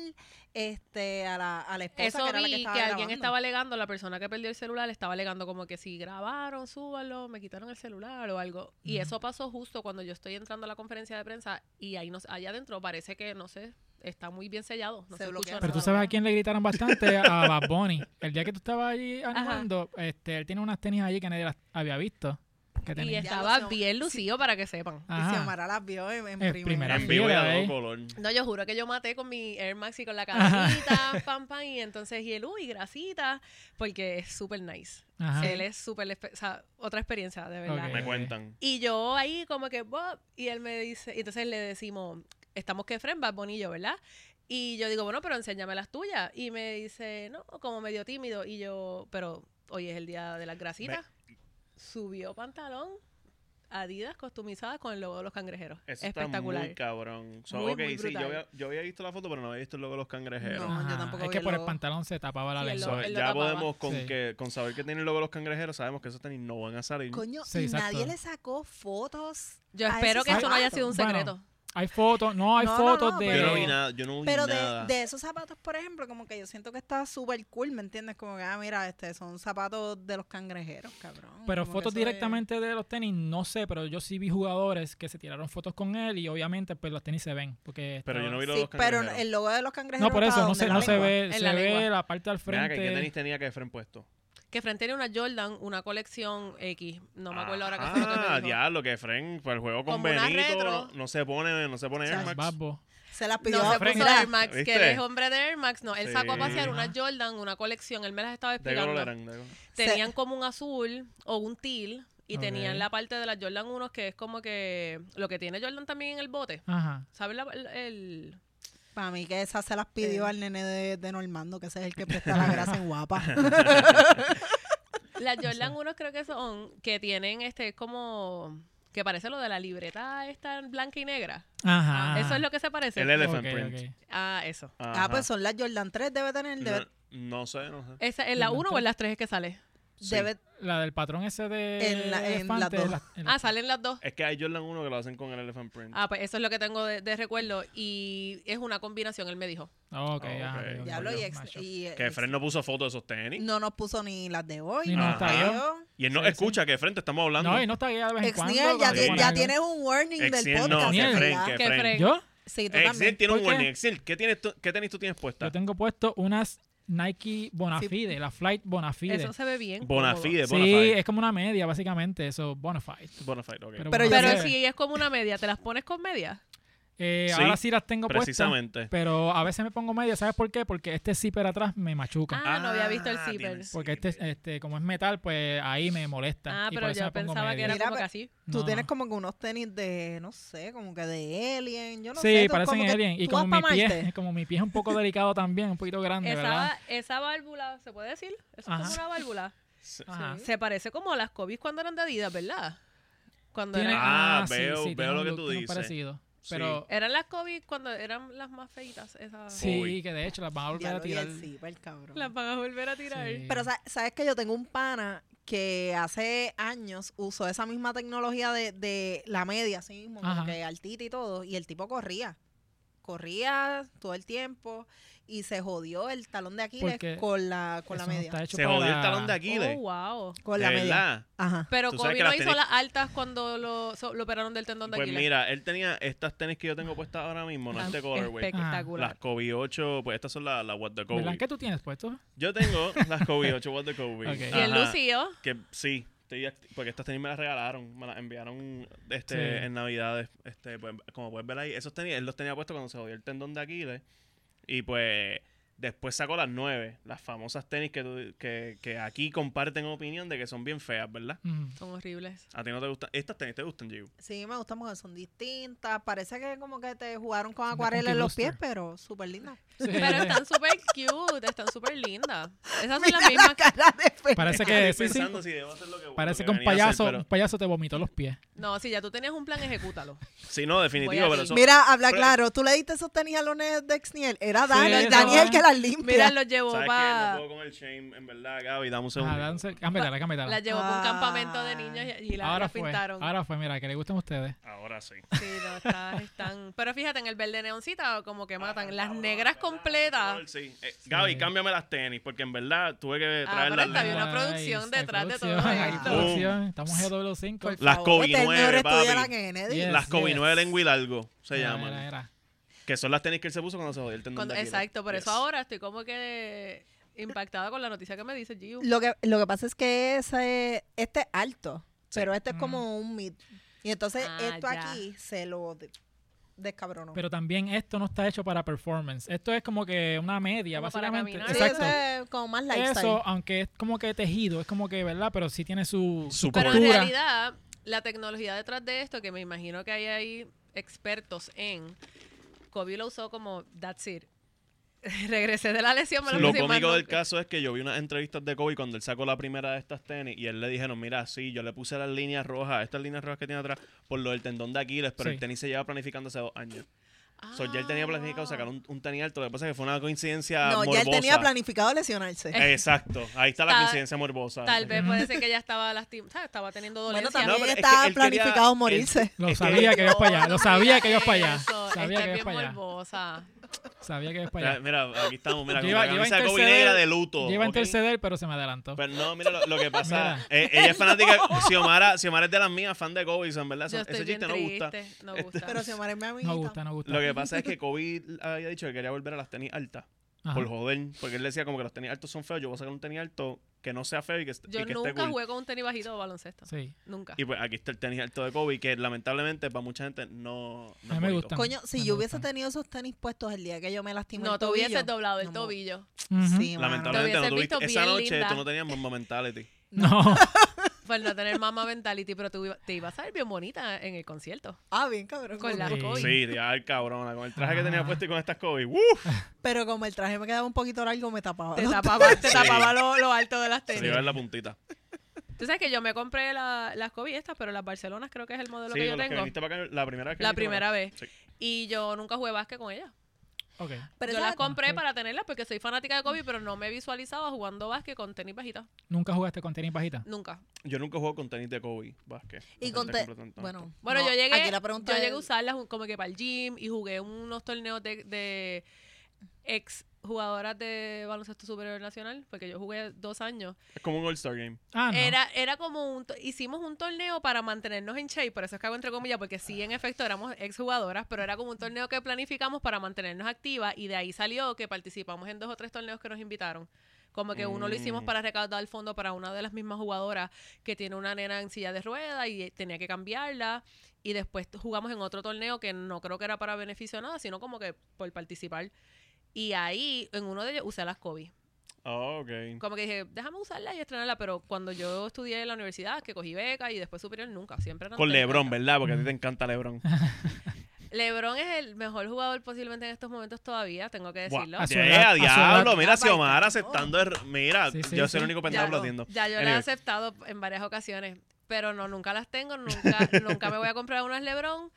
S2: este, a, la, a la esposa
S4: Eso
S2: que era la
S4: vi
S2: que
S4: que,
S2: estaba
S4: alguien
S2: grabando.
S4: estaba alegando, la persona que perdió el celular estaba alegando como que si grabaron, súbanlo, me quitaron el celular o algo. Y
S1: Ujú.
S4: eso pasó justo cuando yo estoy entrando a la conferencia de prensa y ahí nos, allá adentro parece que, no sé, está muy bien sellado. No
S2: Se
S4: se, escuchó
S2: bloquea.
S1: Pero tú
S4: nada.
S1: sabes a quién le gritaron bastante a Bad Bunny. El día que tú estabas allí
S4: Ajá.
S1: animando, este, él tiene unas tenis allí que nadie las había visto. Que
S4: Y
S1: tenía.
S2: es-
S4: estaba
S2: Ya lo sé.
S4: bien lucido para que sepan.
S2: Y
S1: Ajá.
S2: Xiomara las vio en, en
S1: En
S2: primera.
S1: primera.
S3: En vivo y
S1: fiera,
S3: a
S1: eh.
S3: todo color.
S4: No, yo juro que yo maté con mi Air Max y con la
S1: Ajá.
S4: cadenita, pam, pam, y entonces, y el, uy, grasita, porque es súper nice.
S1: Ajá.
S4: Él es súper, espe- o sea, otra experiencia, de verdad.
S1: Ok.
S3: Me cuentan.
S4: Y yo ahí como que, Bob, y él me dice, y entonces le decimos, estamos que friend, Bad Bunny y yo, ¿verdad? Y yo digo, bueno, pero enséñame las tuyas. Y me dice, no, como medio tímido. Y yo, pero hoy es el día de las grasitas. Subió pantalón, adidas customizadas con el logo de los cangrejeros.
S3: Eso está
S4: Espectacular.
S3: muy cabrón. So,
S4: Muy,
S3: ok,
S4: muy
S3: sí, yo
S4: brutal.
S3: había, yo había visto la foto, pero no había visto el logo de los cangrejeros.
S2: No, yo tampoco
S1: es
S2: vi
S1: que
S2: el
S1: por el
S2: logo.
S1: pantalón se tapaba la
S4: Sí, el
S1: lengua.
S3: So,
S4: logo. él lo
S3: ya
S4: tapaba.
S3: podemos con
S1: Sí.
S3: que con saber que tiene el logo de los cangrejeros, sabemos que esos tenis no van a salir.
S2: Coño,
S1: Sí,
S2: y
S1: exacto.
S2: nadie le sacó fotos.
S4: Yo
S2: a
S4: espero
S2: esos
S4: que eso no haya
S2: zapatos.
S4: sido un
S1: Bueno,
S4: secreto.
S1: Hay fotos, no hay
S2: No, no,
S1: fotos
S2: no,
S1: de.
S3: Yo no vi
S2: pero-
S3: nada, yo no vi
S2: Pero de,
S3: nada.
S2: de esos zapatos, por ejemplo, como que yo siento que está súper cool, ¿me entiendes? Como que, ah, mira, este son zapatos de los cangrejeros, cabrón.
S1: Pero
S2: Como que
S1: fotos
S2: eso es-
S1: directamente de los tenis, no sé, pero yo sí vi jugadores que se tiraron fotos con él y obviamente pues los tenis se ven. Porque
S3: pero yo no vi
S2: Sí,
S3: los dos
S2: pero
S3: cangrejeros.
S2: el logo de los cangrejeros
S1: No, por eso,
S2: estaba
S1: no
S2: donde
S1: se,
S2: la
S1: no se
S2: lengua.
S1: ve,
S4: En
S1: se
S4: la
S1: ve
S4: lengua.
S1: la parte al
S3: Ven acá, ¿Qué tenis
S1: frente.
S3: tenía que Efren puesto?
S4: Que frente tenía una Jordan, una colección X. No me acuerdo ahora qué fue lo que me
S3: Ah,
S4: dijo.
S3: diablo, que Efren, para el juego con
S4: Como una
S3: Benito,
S4: retro.
S3: no, no se pone, no se pone
S2: O sea,
S3: Air
S1: Las
S3: Max.
S1: Babbo.
S2: Se las pidió
S4: No se
S2: a
S4: puso
S2: Mira,
S4: Air Max,
S3: ¿Viste?
S4: que él es hombre de Air Max. No, él sacó a
S3: Sí.
S4: pasear una
S1: Ajá.
S4: Jordan, una colección. Él me las estaba
S3: De color
S4: explicando.
S3: eran, de color.
S4: Tenían como un azul o un teal y
S1: Ok.
S4: tenían la parte de las Jordan 1 que es como que lo que tiene Jordan también en el bote.
S1: Ajá.
S4: ¿Sabes la- el, el-
S2: Para mí que esas se las pidió
S4: Eh.
S2: al nene de, de Normando, que ese es el que presta la grasa en guapa.
S4: Las Jordan 1 creo que son que tienen este como que parece lo de la libreta esta en blanca y negra.
S1: Ajá.
S4: Eso es lo que se parece.
S3: Ah. El elephant
S1: Ok,
S3: print.
S1: ok.
S4: ah, eso.
S2: ah,
S3: Ajá.
S2: pues son las Jordan 3, debe tener, debe,
S3: no, no sé, no sé.
S4: Esa, ¿En la
S1: Jordan
S4: 1 o
S1: tres.
S4: en las 3 es que sale? Ah,
S3: Sí.
S2: debe-
S1: La del patrón ese de.
S2: En la- en
S1: elefante,
S2: las dos.
S1: en la-
S4: Ah, salen las dos.
S3: Es que hay Jordan 1 que lo hacen con el Elephant Print.
S4: Ah, pues eso es lo que tengo de, de recuerdo y es una combinación, él me dijo.
S1: Ok,
S3: Ah,
S1: ya,
S3: ok.
S1: ok, ok,
S2: diablo,
S1: ok,
S2: y, ex-
S1: macho.
S2: y,
S3: que
S4: pues,
S2: ex-
S3: Efren no puso fotos de esos tenis.
S2: no nos puso ni las de hoy.
S1: Ni
S2: no nos
S3: nos tagueó.
S2: tagueó.
S3: Y él no
S1: Sí,
S3: escucha que Efren te estamos hablando.
S1: No, y no está guía de vez en cuando.
S2: Exniel, ya,
S1: cuando
S2: ti-
S1: pone
S2: ya
S1: algo.
S2: tienes un warning del
S3: Exiel, no,
S2: podcast.
S3: que
S1: Exniel.
S3: Efren,
S2: ¿verdad?
S3: que
S4: Que
S3: Efren.
S4: Efren.
S1: ¿Yo?
S2: Sí, tú
S3: Exil
S2: también.
S3: tiene
S1: ¿Por
S3: un
S1: qué?
S3: warning. Exil, ¿qué, tienes tú- ¿qué tenis tú tienes puesta?
S1: Yo tengo puesto unas Nike Bonafide, la Flight Bonafide.
S4: Eso se ve bien.
S3: Bonafide,
S1: Sí,
S3: Bonafide.
S1: es como una media, básicamente, eso, Bonafide.
S3: Bonafide, ok.
S1: Pero, bueno,
S2: Pero yo
S4: Pero
S1: se ve.
S4: si es como una media, ¿te las pones con media?
S1: Eh,
S3: Sí,
S1: ahora sí las tengo puestas.
S3: Precisamente.
S1: Pero a veces me pongo media, ¿sabes por qué? Porque este zipper atrás me machuca.
S4: Ah, no había visto el zipper.
S3: tiene el
S1: porque este,
S3: zipper.
S1: este, como es metal, pues ahí me molesta.
S4: Ah,
S1: y por
S4: pero
S1: eso
S4: yo
S1: me pongo
S4: pensaba que
S1: media.
S4: era
S2: Mira,
S4: como
S2: pero-
S4: que así.
S2: Tú
S1: No,
S2: tienes
S1: no.
S2: como que unos tenis de, no sé, como que de alien, yo no
S1: sí,
S2: sé. tú-
S1: parecen
S2: como que
S1: alien. Y
S2: tú
S1: como
S2: vas
S1: mi, pie,
S2: pa' Marte.
S1: como mi pie es un poco delicado también, un poquito grande, ¿verdad?
S4: Esa, esa válvula, ¿se puede decir? Eso es como
S1: Ajá.
S4: una válvula.
S3: Sí.
S1: Ajá.
S4: Se parece como a las Kobe's cuando eran de Adidas, ¿verdad? Cuando
S1: Tiene-
S4: eran,
S3: Ah,
S1: sí,
S3: veo-
S1: sí,
S3: veo
S1: tiene un
S3: lo que
S1: look,
S3: tú
S1: tiene un
S3: dices.
S1: parecido.
S3: Sí.
S1: Pero
S4: eran las Kobe's cuando eran las más feitas. esas.
S1: sí,
S3: Uy.
S1: que de hecho las van a volver
S2: Ya
S1: a
S2: lo vi pues,
S1: tirar.
S2: el zipper, cabrón.
S4: Las van a volver a tirar.
S1: Sí.
S2: Pero sa- sabes que yo tengo un pana que hace años usó esa misma tecnología de, de la media, así mismo, como
S1: Ajá.
S2: que altita y todo, y el tipo corría. Corría todo el tiempo y se jodió el talón de Aquiles
S1: Porque
S2: con la, con la
S1: Eso no
S2: media.
S1: está hecho
S3: Se jodió el
S1: para-
S3: talón de Aquiles.
S4: Oh, wow.
S2: Con la
S3: De
S2: media.
S3: verdad.
S2: Ajá.
S4: Pero
S3: Tú sabes que
S4: Kobe no
S3: las
S4: hizo
S3: tenis-
S4: las altas cuando lo, so- lo operaron del tendón de
S3: Pues
S4: Aquiles.
S3: mira, él tenía estas tenis que yo tengo puestas ahora mismo, no
S4: Tan
S3: este colorway. Las
S4: espectacular.
S3: Kobe 8, pues estas son las la What the
S1: ¿Verdad
S3: Kobe.
S1: que tú tienes puesto?
S3: Yo tengo las Kobe 8 What the Kobe.
S1: Ok. Y el
S4: Y el
S3: Ajá.
S4: lucido.
S3: Que sí, estoy acti- porque estas tenis me las regalaron, me las enviaron este,
S1: Sí.
S3: en Navidades. Este, pues, como puedes ver ahí, esos tenis, él los tenía puestos cuando se jodió el tendón de Aquiles. Y pues después sacó las nueve, las famosas tenis que, tú- que, que aquí comparten opinión de que son bien feas, ¿verdad?
S1: Mm.
S4: Son horribles.
S3: A ti no te gustan. Estas tenis te gustan, Gio.
S2: Sí, me gustan porque son distintas. Parece que como que te jugaron con
S1: Son de
S2: acuarela en
S1: Punky
S2: los pies,
S1: Brewster.
S2: pero súper linda.
S1: Sí,
S4: Pero
S1: sí.
S4: están súper cute, están súper lindas. Esas son
S2: Mira
S4: las mismas.
S2: la cara de Fer.
S1: Parece que
S3: Estoy
S1: sí, sí.
S3: pensando si debo hacer lo que- lo
S1: Parece que
S3: que
S1: un
S3: venía a hacer,
S1: payaso,
S3: pero-
S1: un payaso te vomitó los pies.
S4: No, si ya tú tenías un plan, ejecútalo.
S3: Sí, no, definitivo,
S4: Voy
S3: pero
S4: aquí.
S3: eso.
S2: Mira, habla
S3: Pero-
S2: claro. Tú le diste esos tenis a los nenes de Exniel. Era
S1: Sí,
S2: Daniel,
S1: eso
S2: Daniel
S1: es.
S2: que las limpia.
S4: Mira, los llevó
S3: ¿Sabes qué? No
S4: para.
S3: puedo con el shame, en verdad, Gaby, dame un
S1: Ah,
S3: segundo.
S1: danza- cámbiatela, cámbiatela.
S4: Las llevó pa' un
S2: Ah.
S4: campamento de niños y, y la-
S1: ahora
S4: las
S1: fue,
S4: pintaron.
S1: ahora fue, mira, que le gusten ustedes.
S3: Ahora está así.
S4: Sí, no, está- están. Pero fíjate, en el verde neoncita como que matan. Las
S3: cabrón,
S4: negras
S3: ¿verdad?
S4: completas.
S3: Color, sí. Eh, Gaby, cámbiame las tenis, porque en verdad tuve que
S4: Ah,
S3: traer
S4: pero
S3: las
S4: está bien,
S3: lenguas.
S4: una producción
S1: Nice,
S4: detrás
S1: hay
S4: de todo
S1: producción, hay
S4: esto.
S1: producción. Estamos en W5.
S2: Por
S3: Las
S2: favor,
S3: COVID-9,
S2: Eterno era
S3: papi.
S2: estudiar a Kennedy.
S1: Yeah.
S3: Las
S1: Yes,
S3: COVID
S1: yes.
S3: 9 lengua y largo se
S1: Era,
S3: llaman.
S1: era, era.
S3: Que son las tenis que él se puso cuando se jodió el tendón
S4: Cuando-
S3: de Aquiles.
S4: exacto, por eso
S3: Yes.
S4: ahora estoy como que impactada con la noticia que me dice Giu.
S2: Lo que, lo que pasa es que ese, este es alto,
S3: Sí.
S2: pero este es
S1: Mm.
S2: como un mid. Y entonces
S4: Ah,
S2: esto
S4: ya.
S2: aquí se lo de- descabronó.
S1: Pero también esto no está hecho para performance. Esto es como que una media,
S4: Como para
S1: básicamente.
S4: caminar.
S2: sí,
S1: Exacto.
S2: ese es como más lifestyle.
S1: Eso, aunque es como que tejido, es como que, ¿verdad? Pero sí tiene su,
S3: Su
S4: Pero en
S1: cultura.
S4: realidad, la tecnología detrás de esto, que me imagino que hay ahí expertos en, Kobe lo usó como that's it. Regresé de la lesión, me lo,
S3: Lo
S4: puse y más
S3: cómico del
S4: nunca.
S3: caso es que yo vi unas entrevistas de Kobe cuando él sacó la primera de estas tenis y él le dijeron, mira, sí, yo le puse las líneas rojas, estas líneas rojas que tiene atrás, por lo del tendón de Aquiles, pero
S1: Sí.
S3: el tenis se lleva planificando hace dos años. So, ya él
S4: Ah,
S3: tenía planificado
S4: wow.
S3: sacar un, un tenis alto, lo que pasa es que fue una coincidencia
S2: no,
S3: ah,
S2: ya
S3: morbosa.
S2: él tenía planificado lesionarse.
S3: Exacto, ahí está la
S4: Tal-
S3: coincidencia morbosa.
S4: Tal vez
S1: Ujú.
S4: puede ser que ya estaba lastimada, estaba teniendo
S2: bueno,
S4: dolencia.
S2: también
S3: pero es que
S2: estaba
S3: él quería-
S2: planificado morirse.
S1: Lo
S3: Es que-
S1: sabía que, ibas para allá. Lo sabía que ibas para allá.
S4: Eso,
S1: Sabía
S4: está
S1: que ibas
S4: bien
S1: para allá.
S4: morbosa.
S1: Sabía que ibas para
S3: Mira,
S1: allá.
S3: mira, aquí estamos, mira,
S1: Yo
S3: con
S1: iba-
S3: la
S1: yo iba a
S3: camisa de Kobe
S1: interceder-
S3: negra de luto.
S1: Yo iba a
S3: ¿ok?
S1: interceder, pero se me adelantó.
S3: Pero no, mira lo, lo que pasa. eh, ella es fanática. Xiomara, Xiomara es de las mías, fan de Kobe, en verdad.
S4: Yo
S3: eso-
S4: estoy
S3: ese
S4: bien
S3: chiste no gusta.
S4: triste, no
S3: Este-
S4: gusta.
S2: Pero Xiomara es mi amiguita.
S1: No gusta, no gusta.
S3: Lo que pasa es que Kobe había dicho que quería volver a las tenis altas.
S1: Ajá.
S3: Por joder. Porque él decía como que los tenis altos son feos. Yo voy a sacar un tenis alto que no sea feo y que, est-
S4: Yo
S3: y que esté
S4: nunca
S3: cool.
S4: jugué con un tenis bajito de baloncesto.
S1: Sí.
S4: Nunca.
S3: Y pues aquí está el tenis alto de Kobe, que lamentablemente para mucha gente no.
S1: A mí
S3: no es
S1: me
S3: bonito.
S1: gustan.
S2: Coño,
S1: No
S2: si
S1: me
S2: yo hubiese
S1: gustan.
S2: tenido esos tenis puestos el día que yo me lastimé
S4: No
S2: el
S4: te
S2: tobillo.
S4: hubieses doblado el
S2: no me-
S4: tobillo.
S1: Ujú.
S2: Sí, mano.
S3: Lamentablemente
S4: Te
S3: no
S4: hubiese
S3: tuviste.
S4: visto
S3: Esa
S4: bien
S3: noche
S4: linda.
S3: tú no tenías mom mentality.
S1: No.
S4: Por Pues no tener mama mentality, pero tú iba- te ibas a ver bien bonita en el concierto.
S2: Ah, bien, cabrón.
S4: Con la
S1: Sí.
S4: COVID.
S3: Sí, tía, ay, cabrona. Con el traje que tenía
S1: Ah.
S3: puesto y con estas Kobe. ¡Woo!
S2: Pero como el traje me quedaba un poquito largo, me tapaba.
S4: Te
S2: los
S4: tapaba, te
S3: Sí.
S4: tapaba lo, lo alto de las
S3: Se le
S4: tenis.
S3: iba a ver la puntita.
S4: Tú sabes que yo me compré la- las Kobe estas, pero las Barcelonas creo que es el modelo
S3: Sí,
S4: que
S3: con
S4: yo
S3: las que
S4: tengo.
S3: viniste para acá la primera vez. que
S4: La
S3: viniste para
S4: primera
S3: acá.
S4: vez.
S3: Sí.
S4: Y yo nunca jugué básquet con ellas.
S1: Ok.
S2: Pero
S4: yo
S2: esa-
S4: las compré
S1: Ok.
S4: para tenerlas porque soy fanática de Kobe, pero no me visualizaba jugando básquet con tenis bajitas.
S1: Nunca jugaste con tenis bajita.
S4: Nunca.
S3: Yo nunca juego con tenis de Kobe, básquet.
S2: Y
S3: Bastante
S2: con te-
S3: completo,
S2: Bueno,
S4: Bueno,
S2: no,
S4: yo llegué,
S2: Aquí la pregunta
S4: yo llegué a
S2: es-
S4: usarlas un- como que para el gym y jugué unos torneos de, de ex jugadoras de baloncesto superior nacional, porque yo jugué dos años.
S3: Es como un All-Star Game.
S1: Ah, no.
S4: Era, era como un, to- hicimos un torneo para mantenernos en shape, por eso es que hago entre comillas, porque sí, en efecto, éramos exjugadoras, pero era como un torneo que planificamos para mantenernos activas y de ahí salió que participamos en dos o tres torneos que nos invitaron. Como que uno lo hicimos
S3: Mm.
S4: para recaudar el fondo para una de las mismas jugadoras que tiene una nena en silla de ruedas y tenía que cambiarla. Y después jugamos en otro torneo que no creo que era para beneficio nada, sino como que por participar. Y ahí, en uno de ellos, usé las COVID
S3: Ah, ok.
S4: como que dije, déjame usarla y estrenarla, pero cuando yo estudié en la universidad, que cogí beca y después superior, nunca, siempre eran
S3: Con
S4: tenis
S3: Lebron,
S4: altas.
S3: ¿verdad? Porque a ti te encanta Lebron.
S4: Lebron es el mejor jugador posiblemente en estos momentos todavía, tengo que
S3: Buah,
S4: decirlo.
S1: a su
S3: yeah,
S1: edad, a su
S3: diablo,
S1: edad.
S3: mira,
S2: Ah,
S3: Xiomara
S2: bailar.
S3: aceptando. el- Mira,
S1: Sí, sí,
S3: yo soy el
S1: sí.
S3: único
S4: ya,
S3: pendejo aplaudiendo.
S4: ya yo las he
S3: Anyway.
S4: aceptado en varias ocasiones, pero no, nunca las tengo, nunca, nunca me voy a comprar unas Lebron.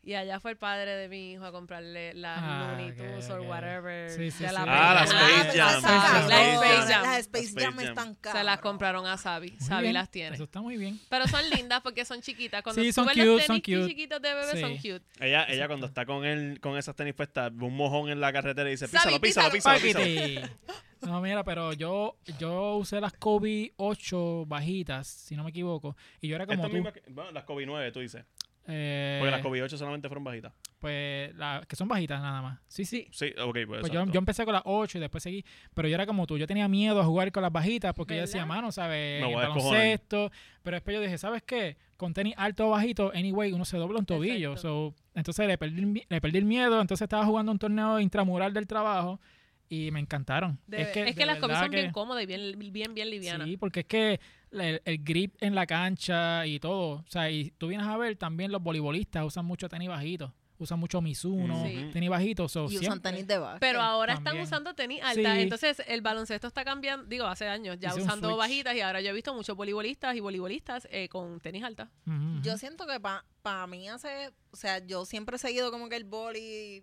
S4: Y allá fue el padre de mi hijo a comprarle las
S1: Ah,
S4: Looney Tunes
S1: ok,
S4: or
S1: ok.
S4: whatever.
S1: Sí, sí,
S4: de
S1: sí.
S4: película.
S3: Ah, las
S2: Ah,
S3: Space
S2: pero
S3: Jam,
S2: esas-
S3: Space Jam.
S4: Las Space Jam.
S2: Las Space
S3: Space
S2: Jam
S3: Jam.
S2: están caras.
S4: Se las compraron a Sabi.
S1: Muy
S4: Sabi
S1: bien.
S4: las tiene.
S1: Eso está muy bien.
S4: Pero son lindas porque son chiquitas. Cuando
S1: Sí,
S4: tú
S1: son
S4: ves
S1: cute,
S4: los
S1: son
S4: tenis
S1: cute.
S4: chiquitos de bebé son
S1: Sí.
S4: cute.
S3: Ella, ella cuando está con él, con esas tenis puestas, ve un mojón en la carretera y dice,
S4: Sabi,
S3: písalo, písalo, písalo,
S4: písalo".
S3: písalo.
S1: Paquete. No, mira, pero yo, yo usé las Kobe 8 bajitas, si no me equivoco. Y yo era como
S3: Estas
S1: tú.
S3: mismas que- bueno, las Kobe 9, tú dices.
S1: Eh,
S3: Porque las Kobe 8 solamente fueron bajitas.
S1: Pues, la- que son bajitas nada más. Sí, sí.
S3: Sí, ok, pues,
S1: Pues yo,
S3: exacto.
S1: yo empecé con las 8 y después seguí. Pero yo era como tú, yo tenía miedo a jugar con las bajitas porque yo decía,
S4: ¿Verdad?
S1: mano, ¿sabes?
S3: Me
S1: En
S3: voy
S1: el
S3: a descojonar.
S1: baloncesto. Pero después yo dije, ¿sabes qué? Con tenis alto o bajito, anyway, uno se dobla un tobillo. So, entonces le perdí, el mi- le perdí el miedo. Entonces estaba jugando un torneo intramural del trabajo y me encantaron.
S4: De- es que,
S1: de
S4: las Kobe
S1: verdad
S4: son bien
S1: que-
S4: cómodas y bien, bien, bien livianas.
S1: Sí, porque es que la- el, el grip en la cancha y todo. O sea, y tú vienes a ver también los voleibolistas usan mucho tenis bajito. Usan mucho Mizuno,
S4: Sí.
S1: tenis bajito. So,
S2: Y usan
S1: siempre-
S2: tenis de básquet.
S4: Pero ahora
S1: También.
S4: están usando tenis altas.
S1: Sí.
S4: Entonces, el baloncesto está cambiando. Digo, hace años ya
S1: Hice un
S4: usando
S1: switch.
S4: bajitas. Y ahora yo he visto muchos voleibolistas y voleibolistas eh, con tenis altas.
S1: Ujú, ujú.
S2: Yo siento que para mí hace, o sea, yo siempre he seguido como que el boli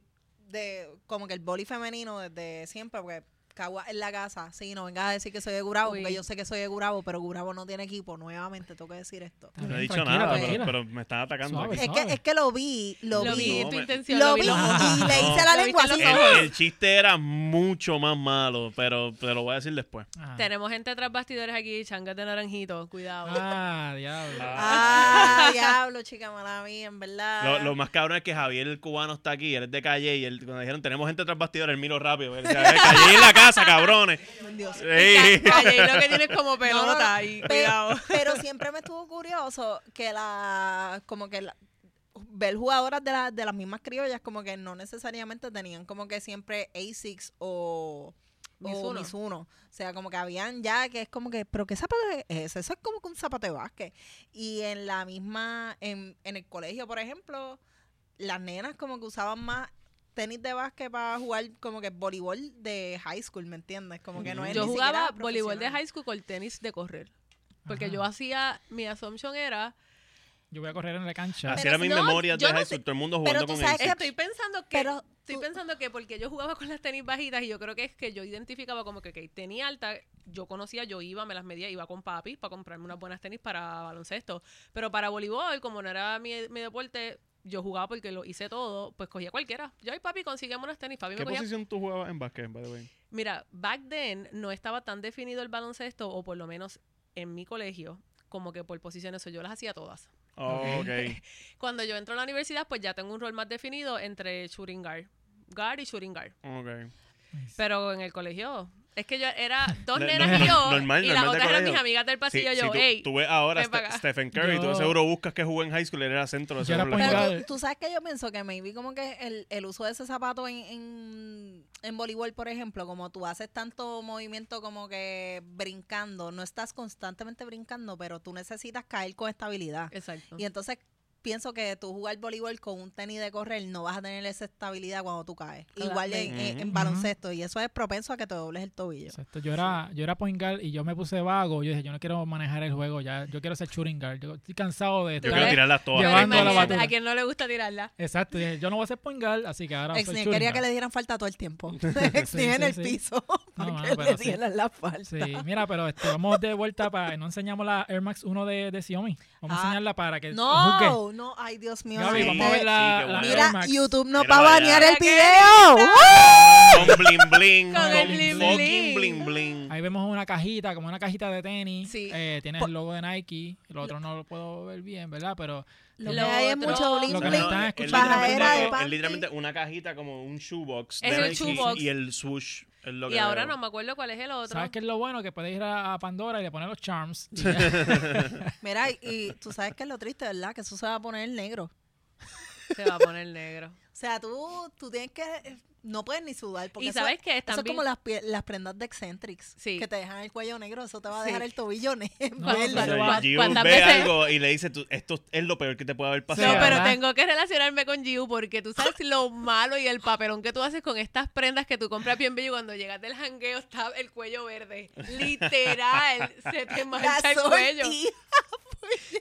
S2: de como que el boli femenino desde siempre porque Cagua- en la casa. Sí, no vengas a decir que soy de Gurabo,
S4: Uy.
S2: porque yo sé que soy de Gurabo, pero Gurabo no tiene equipo. Nuevamente tengo que decir esto.
S1: Está
S3: No
S1: bien,
S3: he dicho
S1: tranquila,
S3: nada, pero-
S1: tranquila.
S3: Pero, me están atacando.
S1: Suave.
S3: aquí.
S2: Es que, es que lo vi, lo,
S4: Lo vi,
S2: vi.
S4: tu
S3: me-
S4: intención.
S2: Lo
S4: vi,
S2: vi
S4: lo
S2: y
S4: vi.
S2: le
S3: No,
S2: hice la
S4: lo
S2: lengua
S4: viste
S2: así.
S4: en los ojos.
S3: El, el chiste era mucho más malo, pero te lo voy a decir después.
S1: Ajá.
S4: Tenemos gente tras bastidores aquí, changas de naranjito, cuidado.
S1: Ah, diablo.
S2: Ah, diablo, chica, mala mía, en verdad.
S3: Lo, lo más cabrón es que Javier el cubano está aquí, él es de calle, y él, cuando dijeron tenemos gente tras bastidores, él miro rápido. Él, dice, "Eh, calle en la casa, cabrones.
S2: Dios.
S3: Sí.
S4: Ca- Calle, y lo que tienes como
S2: No, no, no,
S4: pelota y
S2: pe-
S4: cuidado.
S2: Pero siempre me estuvo curioso que la, como que la- ver jugadoras de, la- de las mismas criollas como que no necesariamente tenían como que siempre ASICS o o
S4: Mizuno.
S2: Mizuno. O sea, como que habían ya que es como que, pero ¿qué zapato es ese? Eso es como que un zapato de básquet. Y en la misma, en, en el colegio, por ejemplo, las nenas como que usaban más tenis de básquet para jugar como que voleibol de high school, ¿me entiendes? Como que no es
S4: Yo
S2: ni
S4: jugaba
S2: siquiera
S4: voleibol de
S2: profesional.
S4: high school con tenis de correr. Porque
S1: Ajá.
S4: yo hacía, mi assumption era,
S1: Yo voy a correr en la cancha.
S3: Así
S4: Pero
S3: era mi
S4: no,
S3: memoria de
S4: yo no
S3: high
S4: sé-
S3: school, todo el mundo
S2: pero
S3: jugando
S2: tú
S3: con
S2: sabes
S3: él.
S2: que-
S4: estoy pensando que
S2: Pero
S4: Estoy
S2: tú-
S4: pensando que porque yo jugaba con las tenis bajitas y yo creo que es que yo identificaba como que, que tenía alta, yo conocía, yo iba, me las medía, iba con papi para comprarme unas buenas tenis para baloncesto. Pero para voleibol, como no era mi, mi deporte, yo jugaba porque lo hice todo, pues cogía cualquiera. Yo y papi consiguíamos unas tenis, papi me
S3: ¿Qué
S4: cogía.
S3: posición tú jugabas en básquet, by the way?
S4: Mira, back then no estaba tan definido el baloncesto, o por lo menos en mi colegio, como que por posiciones, o yo las hacía todas.
S3: Oh,
S1: Ok.
S3: ok.
S4: Cuando yo entro a la universidad, pues ya tengo un rol más definido entre shooting guard, guard y shooting guard.
S3: Ok.
S4: Pero en el colegio. Es que yo era dos
S3: No-
S4: nenas
S3: no-
S4: y yo.
S3: normal,
S4: y
S3: normal
S4: las
S3: de
S4: otras eran
S3: colegio.
S4: mis amigas del pasillo.
S3: Sí,
S4: Ah, yo,
S3: sí, tú,
S4: ey.
S3: tú ves ahora
S4: ven
S3: Ste-
S4: pa' acá.
S3: Stephen Curry, tú
S1: Yo-
S3: de seguro buscas que jugó en high school, él era centro de
S1: Yo era
S3: seguro.
S1: point guard.
S2: Pero
S1: Venga.
S2: tú, tú sabes que yo pienso que maybe como que el, el uso de ese zapato en, en, en voleibol, por ejemplo, como tú haces tanto movimiento como que brincando, no estás constantemente brincando, pero tú necesitas caer con estabilidad.
S4: Exacto.
S2: Y entonces pienso que tú jugar voleibol con un tenis de correr no vas a tener esa estabilidad cuando tú caes.
S4: Claro.
S2: Igual en, en- en
S3: Ujú.
S2: baloncesto, y eso es propenso a que te dobles el tobillo.
S1: Exacto, Yo era, yo era point guard y yo me puse vago. Yo dije, yo no quiero manejar el juego ya. Yo quiero ser shooting guard. Yo estoy cansado de
S3: Yo
S1: estar.
S3: quiero tirarlas todas.
S4: Pero
S1: Llevando la
S4: imagínate,
S1: batuta.
S4: a quien no le gusta tirarla.
S1: Exacto. Dije, yo no voy a ser point guard, así que ahora soy
S2: Ex
S1: shooting
S2: quería que
S1: guard.
S2: le dieran falta todo el tiempo. Ex en el
S1: sí, sí.
S2: piso. para
S1: mano,
S2: que le
S1: pero sí.
S2: dieran la falta.
S1: Sí, mira, pero este, vamos de vuelta para... No enseñamos la Air Max 1 de, de Xiaomi. Vamos a
S2: Ah,
S1: enseñarla para que juzgue.
S2: No, no, ay Dios mío.
S1: Gaby,
S2: la
S1: vamos a
S2: gente-
S1: ver la,
S3: Sí,
S1: la
S3: qué bueno.
S1: Air
S2: Mira,
S1: Max.
S2: YouTube no
S3: Mira
S2: va a
S3: para
S2: banear
S4: allá.
S2: el video.
S3: Con bling bling.
S4: Con el
S1: bling
S3: fucking
S4: bling.
S3: bling bling.
S1: Ahí vemos una cajita, como una cajita de tenis.
S4: Sí.
S1: Eh, tiene
S2: Po-
S1: el logo de Nike. El otro no lo puedo ver bien, ¿verdad? Pero
S2: Lo que
S4: Lo
S2: hay es
S4: otro-
S2: mucho
S1: lo
S2: bling
S1: que
S3: No,
S1: me
S2: bling.
S1: están
S3: no, es
S1: escuchando
S2: Bajadera
S1: ahora
S2: de
S1: mismo-
S2: pan.
S3: es literalmente una cajita como un shoebox.
S4: Es
S3: de
S4: el
S3: Nike
S4: shoebox.
S3: Y el swoosh. es lo que
S4: Y ahora
S3: veo.
S4: no me acuerdo cuál es el otro.
S1: ¿sabes qué es lo bueno? Que puedes ir a, a Pandora y le pones los charms. y ya.
S2: Mira, y tú sabes que es lo triste, ¿verdad? Que eso se va a poner negro.
S4: Se va a poner negro.
S2: O sea, tú, tú tienes que. No puedes ni sudar. Porque
S4: y
S2: eso-
S4: sabes que están
S2: Eso es
S4: bien-
S2: como las, pie- las prendas de Eccentrics.
S4: Sí.
S2: Que te dejan el cuello negro. Eso te va a
S4: Sí.
S2: dejar el tobillo negro.
S1: No,
S2: verde.
S1: no, no,
S4: Pero
S3: Cuando
S4: ¿cuán-
S3: Giu
S4: cuántas
S3: ve
S4: veces?
S3: algo y le dice, "Tú, esto es lo peor que te puede haber pasado.
S4: No, pero
S1: ¿verdad?
S4: tengo que relacionarme con Giu porque tú sabes lo malo y el papelón que tú haces con estas prendas que tú compras bien bello y cuando llegas del jangueo está el cuello verde. Literal, se te
S2: La
S4: mancha el
S2: sortija.
S4: cuello.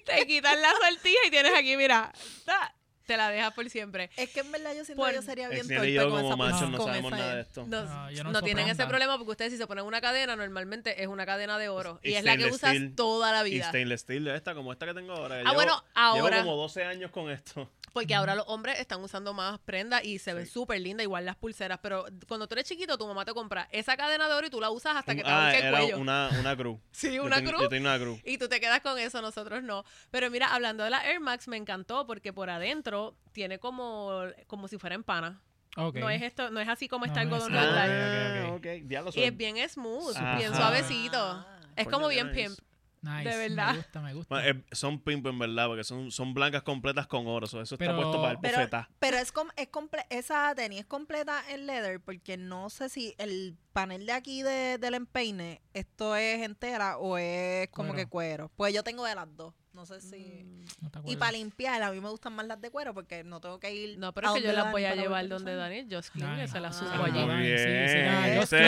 S4: Te quitan la sortija y tienes aquí, mira, ta, te la dejas por siempre.
S2: Es que en verdad yo siento
S4: Por-
S2: que yo sería bien
S3: Exner
S2: torpe
S3: y yo
S2: con
S3: como
S2: esa
S3: machos
S1: pos-
S3: no
S2: con
S3: sabemos
S2: esa-
S3: nada de esto.
S4: No,
S1: No, yo no
S4: no,
S1: uso
S4: tienen ese
S1: prenda.
S4: problema porque ustedes si se ponen una cadena, normalmente es una cadena de oro.
S3: Y
S4: Y, es la que
S3: stainless
S4: usas
S3: steel.
S4: toda la
S3: Y
S4: vida.
S3: stainless steel de esta, como esta que tengo ahora. que
S4: Ah,
S3: llevo-
S4: bueno, ahora,
S3: Llevo como 12 años con esto.
S4: porque ahora los hombres están usando más prendas y se ven
S3: Sí.
S4: súper lindas, igual las pulseras, pero cuando tú eres chiquito, tu mamá te compra esa cadena de oro y tú la usas hasta que te
S3: ah,
S4: aburre el
S3: era
S4: cuello.
S3: una, una cruz.
S4: Sí,
S3: Yo
S4: una
S3: tengo-
S4: cruz.
S3: Yo tengo una cruz.
S4: Y tú te quedas con eso, nosotros no. Pero mira, hablando de la Air Max, me encantó porque por adentro tiene como, como si fuera en pana.
S1: Ok.
S4: No es esto, no es así como está
S1: No, no es
S4: algodón
S1: así.
S4: natural.
S1: Ah, ok,
S3: ok. Ya lo
S4: Y es bien smooth,
S3: Ajá.
S4: bien
S1: Ah.
S4: suavecito. Es
S2: Ah.
S3: Coño,
S4: como
S3: qué
S4: bien
S3: nice.
S4: pimp.
S1: Nice,
S4: de verdad.
S1: Me gusta, me gusta.
S3: Bueno, eh, son pimp en verdad, porque son, son blancas completas con oro. so eso
S1: Pero-
S3: está puesto para el
S2: Pero,
S3: bufetá.
S2: pero es, com- es comple- esa tenis es completa en leather porque no sé si el panel de aquí de, del empeine, esto es entera o es como
S1: Cuero.
S2: que cuero. Pues yo tengo de las dos. No sé si.
S4: Mm.
S3: eh,
S1: No te
S2: Y
S1: acuerdas.
S2: para limpiar, a mí me gustan más las de cuero porque no tengo que ir.
S4: No, pero
S2: a
S4: es que yo
S2: donde
S4: las
S2: Dani
S4: voy a
S2: para
S4: llevar
S2: ver qué
S4: donde
S2: son.
S4: Daniel yo clean,
S1: Ay.
S4: se las
S2: Ah.
S4: supo
S1: Saludos,
S4: allí.
S3: Muy
S1: Dani.
S3: bien.
S1: Sí, sí, nada, yo
S3: ese,
S1: estoy-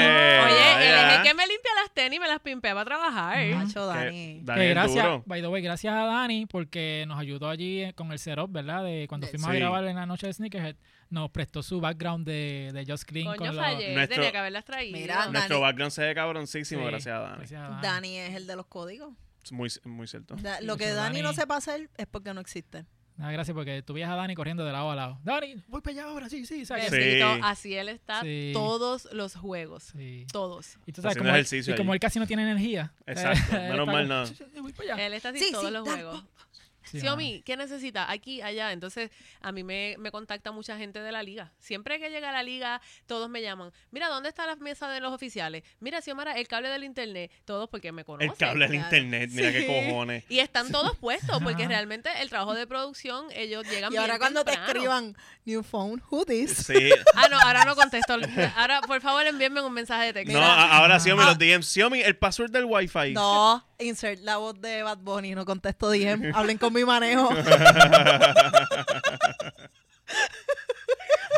S4: Oye, el
S3: ajá.
S4: Ezequiel me limpia las tenis, me las pimpea para trabajar.
S1: Ajá.
S2: Macho,
S3: Que-
S2: Dani.
S1: Que
S3: Daniel
S1: gracias,
S3: Duro.
S1: by the way, gracias a Dani porque nos ayudó allí eh, con el setup, ¿verdad? De cuando
S2: De-
S1: fuimos
S3: Sí.
S1: a grabar en la noche de Sneakerhead, nos prestó su background de, de Just Clean
S4: Coño,
S1: con los-
S4: fallé.
S3: Nuestro-
S4: Tenía que haberlas traído.
S2: Mira,
S4: no,
S3: Nuestro
S2: Dani.
S3: background se ve
S1: Sí, pues
S3: cabroncísimo, gracias a Dani.
S1: gracias a Dani.
S2: Dani es el de los códigos.
S3: Es Muy, muy cierto.
S2: Da-
S1: Sí,
S2: lo que
S1: eso,
S2: Dani no
S1: Dani.
S2: sepa hacer es porque no existe.
S1: Nada, Ah, gracias porque tú veías a Dani corriendo de lado a lado. Dani, voy para allá ahora, sí, sí, o sea que-
S3: Sí.
S4: así él está
S1: Sí.
S4: todos los juegos.
S1: sí.
S4: Todos.
S1: Y tú
S3: Está
S1: sabes
S3: haciendo
S1: como, él-
S3: ejercicio
S1: y como
S3: allí.
S1: él casi no tiene energía.
S3: Exacto,
S1: él
S3: menos
S1: está
S3: mal
S1: como,
S3: no.
S1: "Sí, sí, sí, voy para allá".
S4: Él está así
S2: Sí,
S4: todos
S2: sí,
S4: los
S2: dale.
S4: juegos.
S1: Sí,
S4: Xiaomi, ¿qué necesita? Aquí, allá. Entonces, a mí me, me contacta mucha gente de la liga. Siempre que llega a la liga, todos me llaman. Mira, ¿dónde está la mesa de los oficiales? Mira, Xiomara, el cable del internet. Todos porque me conocen.
S3: El cable del
S2: claro.
S3: internet, mira
S4: Sí.
S3: qué cojones.
S4: Y están todos puestos porque
S1: Ajá.
S4: realmente el trabajo de producción, ellos llegan
S2: Y ahora
S4: bien
S2: cuando te
S4: temprano.
S2: escriban, New Phone, who this?
S3: Sí.
S4: Ah, no, ahora no contesto. Ahora, por favor, envíenme un mensaje de texto.
S3: No, a- ahora
S1: Ah.
S3: Xiaomi, los DM. Xiaomi, el password del wifi.
S2: No, insert la voz de Bad Bunny, no contesto DM, hablen con mi manejo.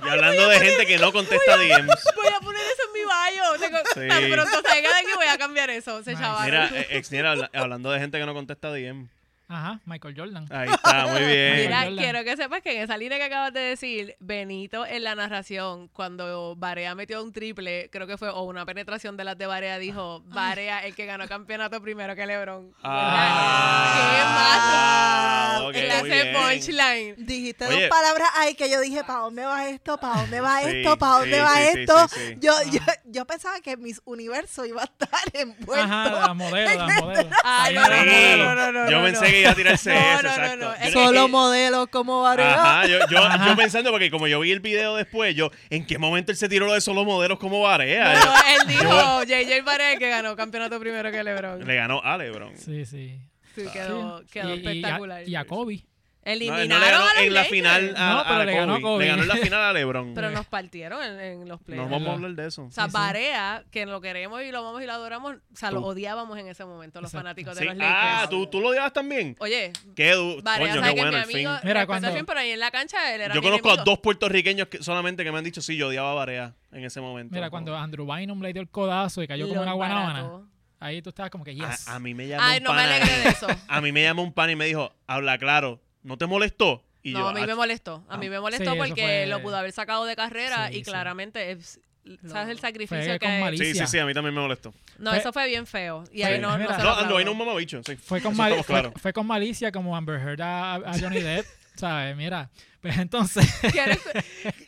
S3: Y hablando de gente que no contesta DMs.
S4: Voy a poner eso en mi bio. Tengo-
S3: ah. Sí.
S4: Tan pronto salga de aquí voy a cambiar eso. Se
S1: Nice.
S4: chaval.
S3: Mira, eh, Exniel, habla- hablando de gente que no contesta DM.
S1: Ajá, Michael Jordan.
S3: Ahí está, muy bien.
S4: Mira,
S1: Jordan.
S4: quiero que sepas que en esa línea que acabas de decir, Benito en la narración, cuando Barea metió un triple, creo que fue, o una penetración de las de Barea, dijo, Barea, el que ganó campeonato primero que Lebron.
S3: Ah,
S4: Qué
S3: ok,
S4: malo.
S3: muy
S4: Ese
S3: bien.
S4: punchline.
S2: Dijiste
S3: Oye.
S2: dos palabras ahí que yo dije, ¿para dónde va esto? ¿Para dónde va
S3: Sí,
S2: esto? ¿Para dónde
S3: sí,
S2: va
S3: sí, sí,
S2: esto?
S3: sí, sí.
S2: Yo, yo, yo pensaba que mis universo iba a estar envuelto.
S1: Ajá, la modelo, la modelo. Ahí
S4: Ay,
S1: era
S3: Sí.
S1: modelo.
S3: Yo pensé que iba a tirarse
S4: No,
S3: eso,
S4: no, no,
S3: exacto.
S4: no,
S3: Yo-
S4: es que-
S2: Solo modelos como Varela.
S3: Ajá, yo, yo,
S1: Ajá.
S3: yo pensando, porque como yo vi el video después, yo, ¿en qué momento él se tiró lo de solo modelos como Varea?
S4: No, él dijo,
S3: Yo-
S4: JJ Barea, el que ganó campeonato primero que Lebron.
S3: Le ganó a Lebron.
S1: Sí, sí.
S4: Sí, quedó,
S1: Sí.
S4: quedó
S1: Y- y a-
S4: espectacular.
S1: Y a, Kobe.
S3: No,
S4: Eliminaron
S3: él no le ganó
S4: a los
S3: en la
S4: Lakers,
S3: final a,
S1: No,
S3: a
S1: pero le ganó a Kobe.
S3: Le ganó en la final a Lebron.
S4: Pero nos partieron en, en los
S3: no
S4: playoffs.
S3: vamos a hablar de eso.
S4: O sea,
S1: Sí, sí.
S4: Barea, que lo queremos y lo amamos y lo adoramos, o sea, lo
S3: Tú.
S4: odiábamos en ese momento, los
S1: Exacto.
S4: fanáticos de
S3: Sí.
S4: los Lakers.
S3: Ah, ¿tú, tú lo odiabas también.
S4: Oye,
S3: Qué du-
S4: Barea,
S3: Coño,
S4: sabe
S3: qué
S4: que
S3: bueno,
S4: es
S3: al
S4: mi
S3: fin.
S4: amigo,
S1: Mira,
S4: Mira,
S1: cuando-
S4: pero ahí en la cancha él era
S3: Yo
S4: mi
S3: conozco a
S4: enemigo.
S3: dos puertorriqueños que solamente que me han dicho, sí, yo odiaba a Barea en ese momento.
S1: Mira, cuando Andrew Bynum le dio el codazo y cayó como
S4: Los
S1: una guanábana,
S4: barató.
S1: ahí tú estabas como que, yes.
S3: "Ah, a, a mí me llamó
S4: Ay,
S3: un
S4: no me
S3: pana-
S4: alegré de eso.
S3: A mí me llamó un pan y me dijo, habla claro, ¿no te molestó? Y
S4: No,
S3: yo,
S4: a mí
S3: "Ah,
S4: me molestó. A mí me molestó
S1: Sí, eso
S4: porque
S1: fue-
S4: lo pudo haber sacado de carrera
S1: Sí,
S4: y
S1: sí.
S4: claramente es- ¿Sabes el sacrificio
S1: Fue con
S4: que
S1: malicia.
S3: Sí, sí, sí, a mí también me molestó.
S4: No,
S1: Fue-
S4: eso fue bien feo. Y
S1: Sí.
S4: ahí no, no
S1: Mira.
S4: se
S3: No,
S4: lo
S3: Andrew Wynn
S4: aplaudo.
S3: un mamabicho, sí.
S1: Fue con,
S3: Eso
S1: mal-
S3: estamos
S1: fue-
S3: claros.
S1: fue con malicia como Amber Heard a, a Johnny Depp, ¿sabes? Mira, pues entonces,
S4: ¿Quieres-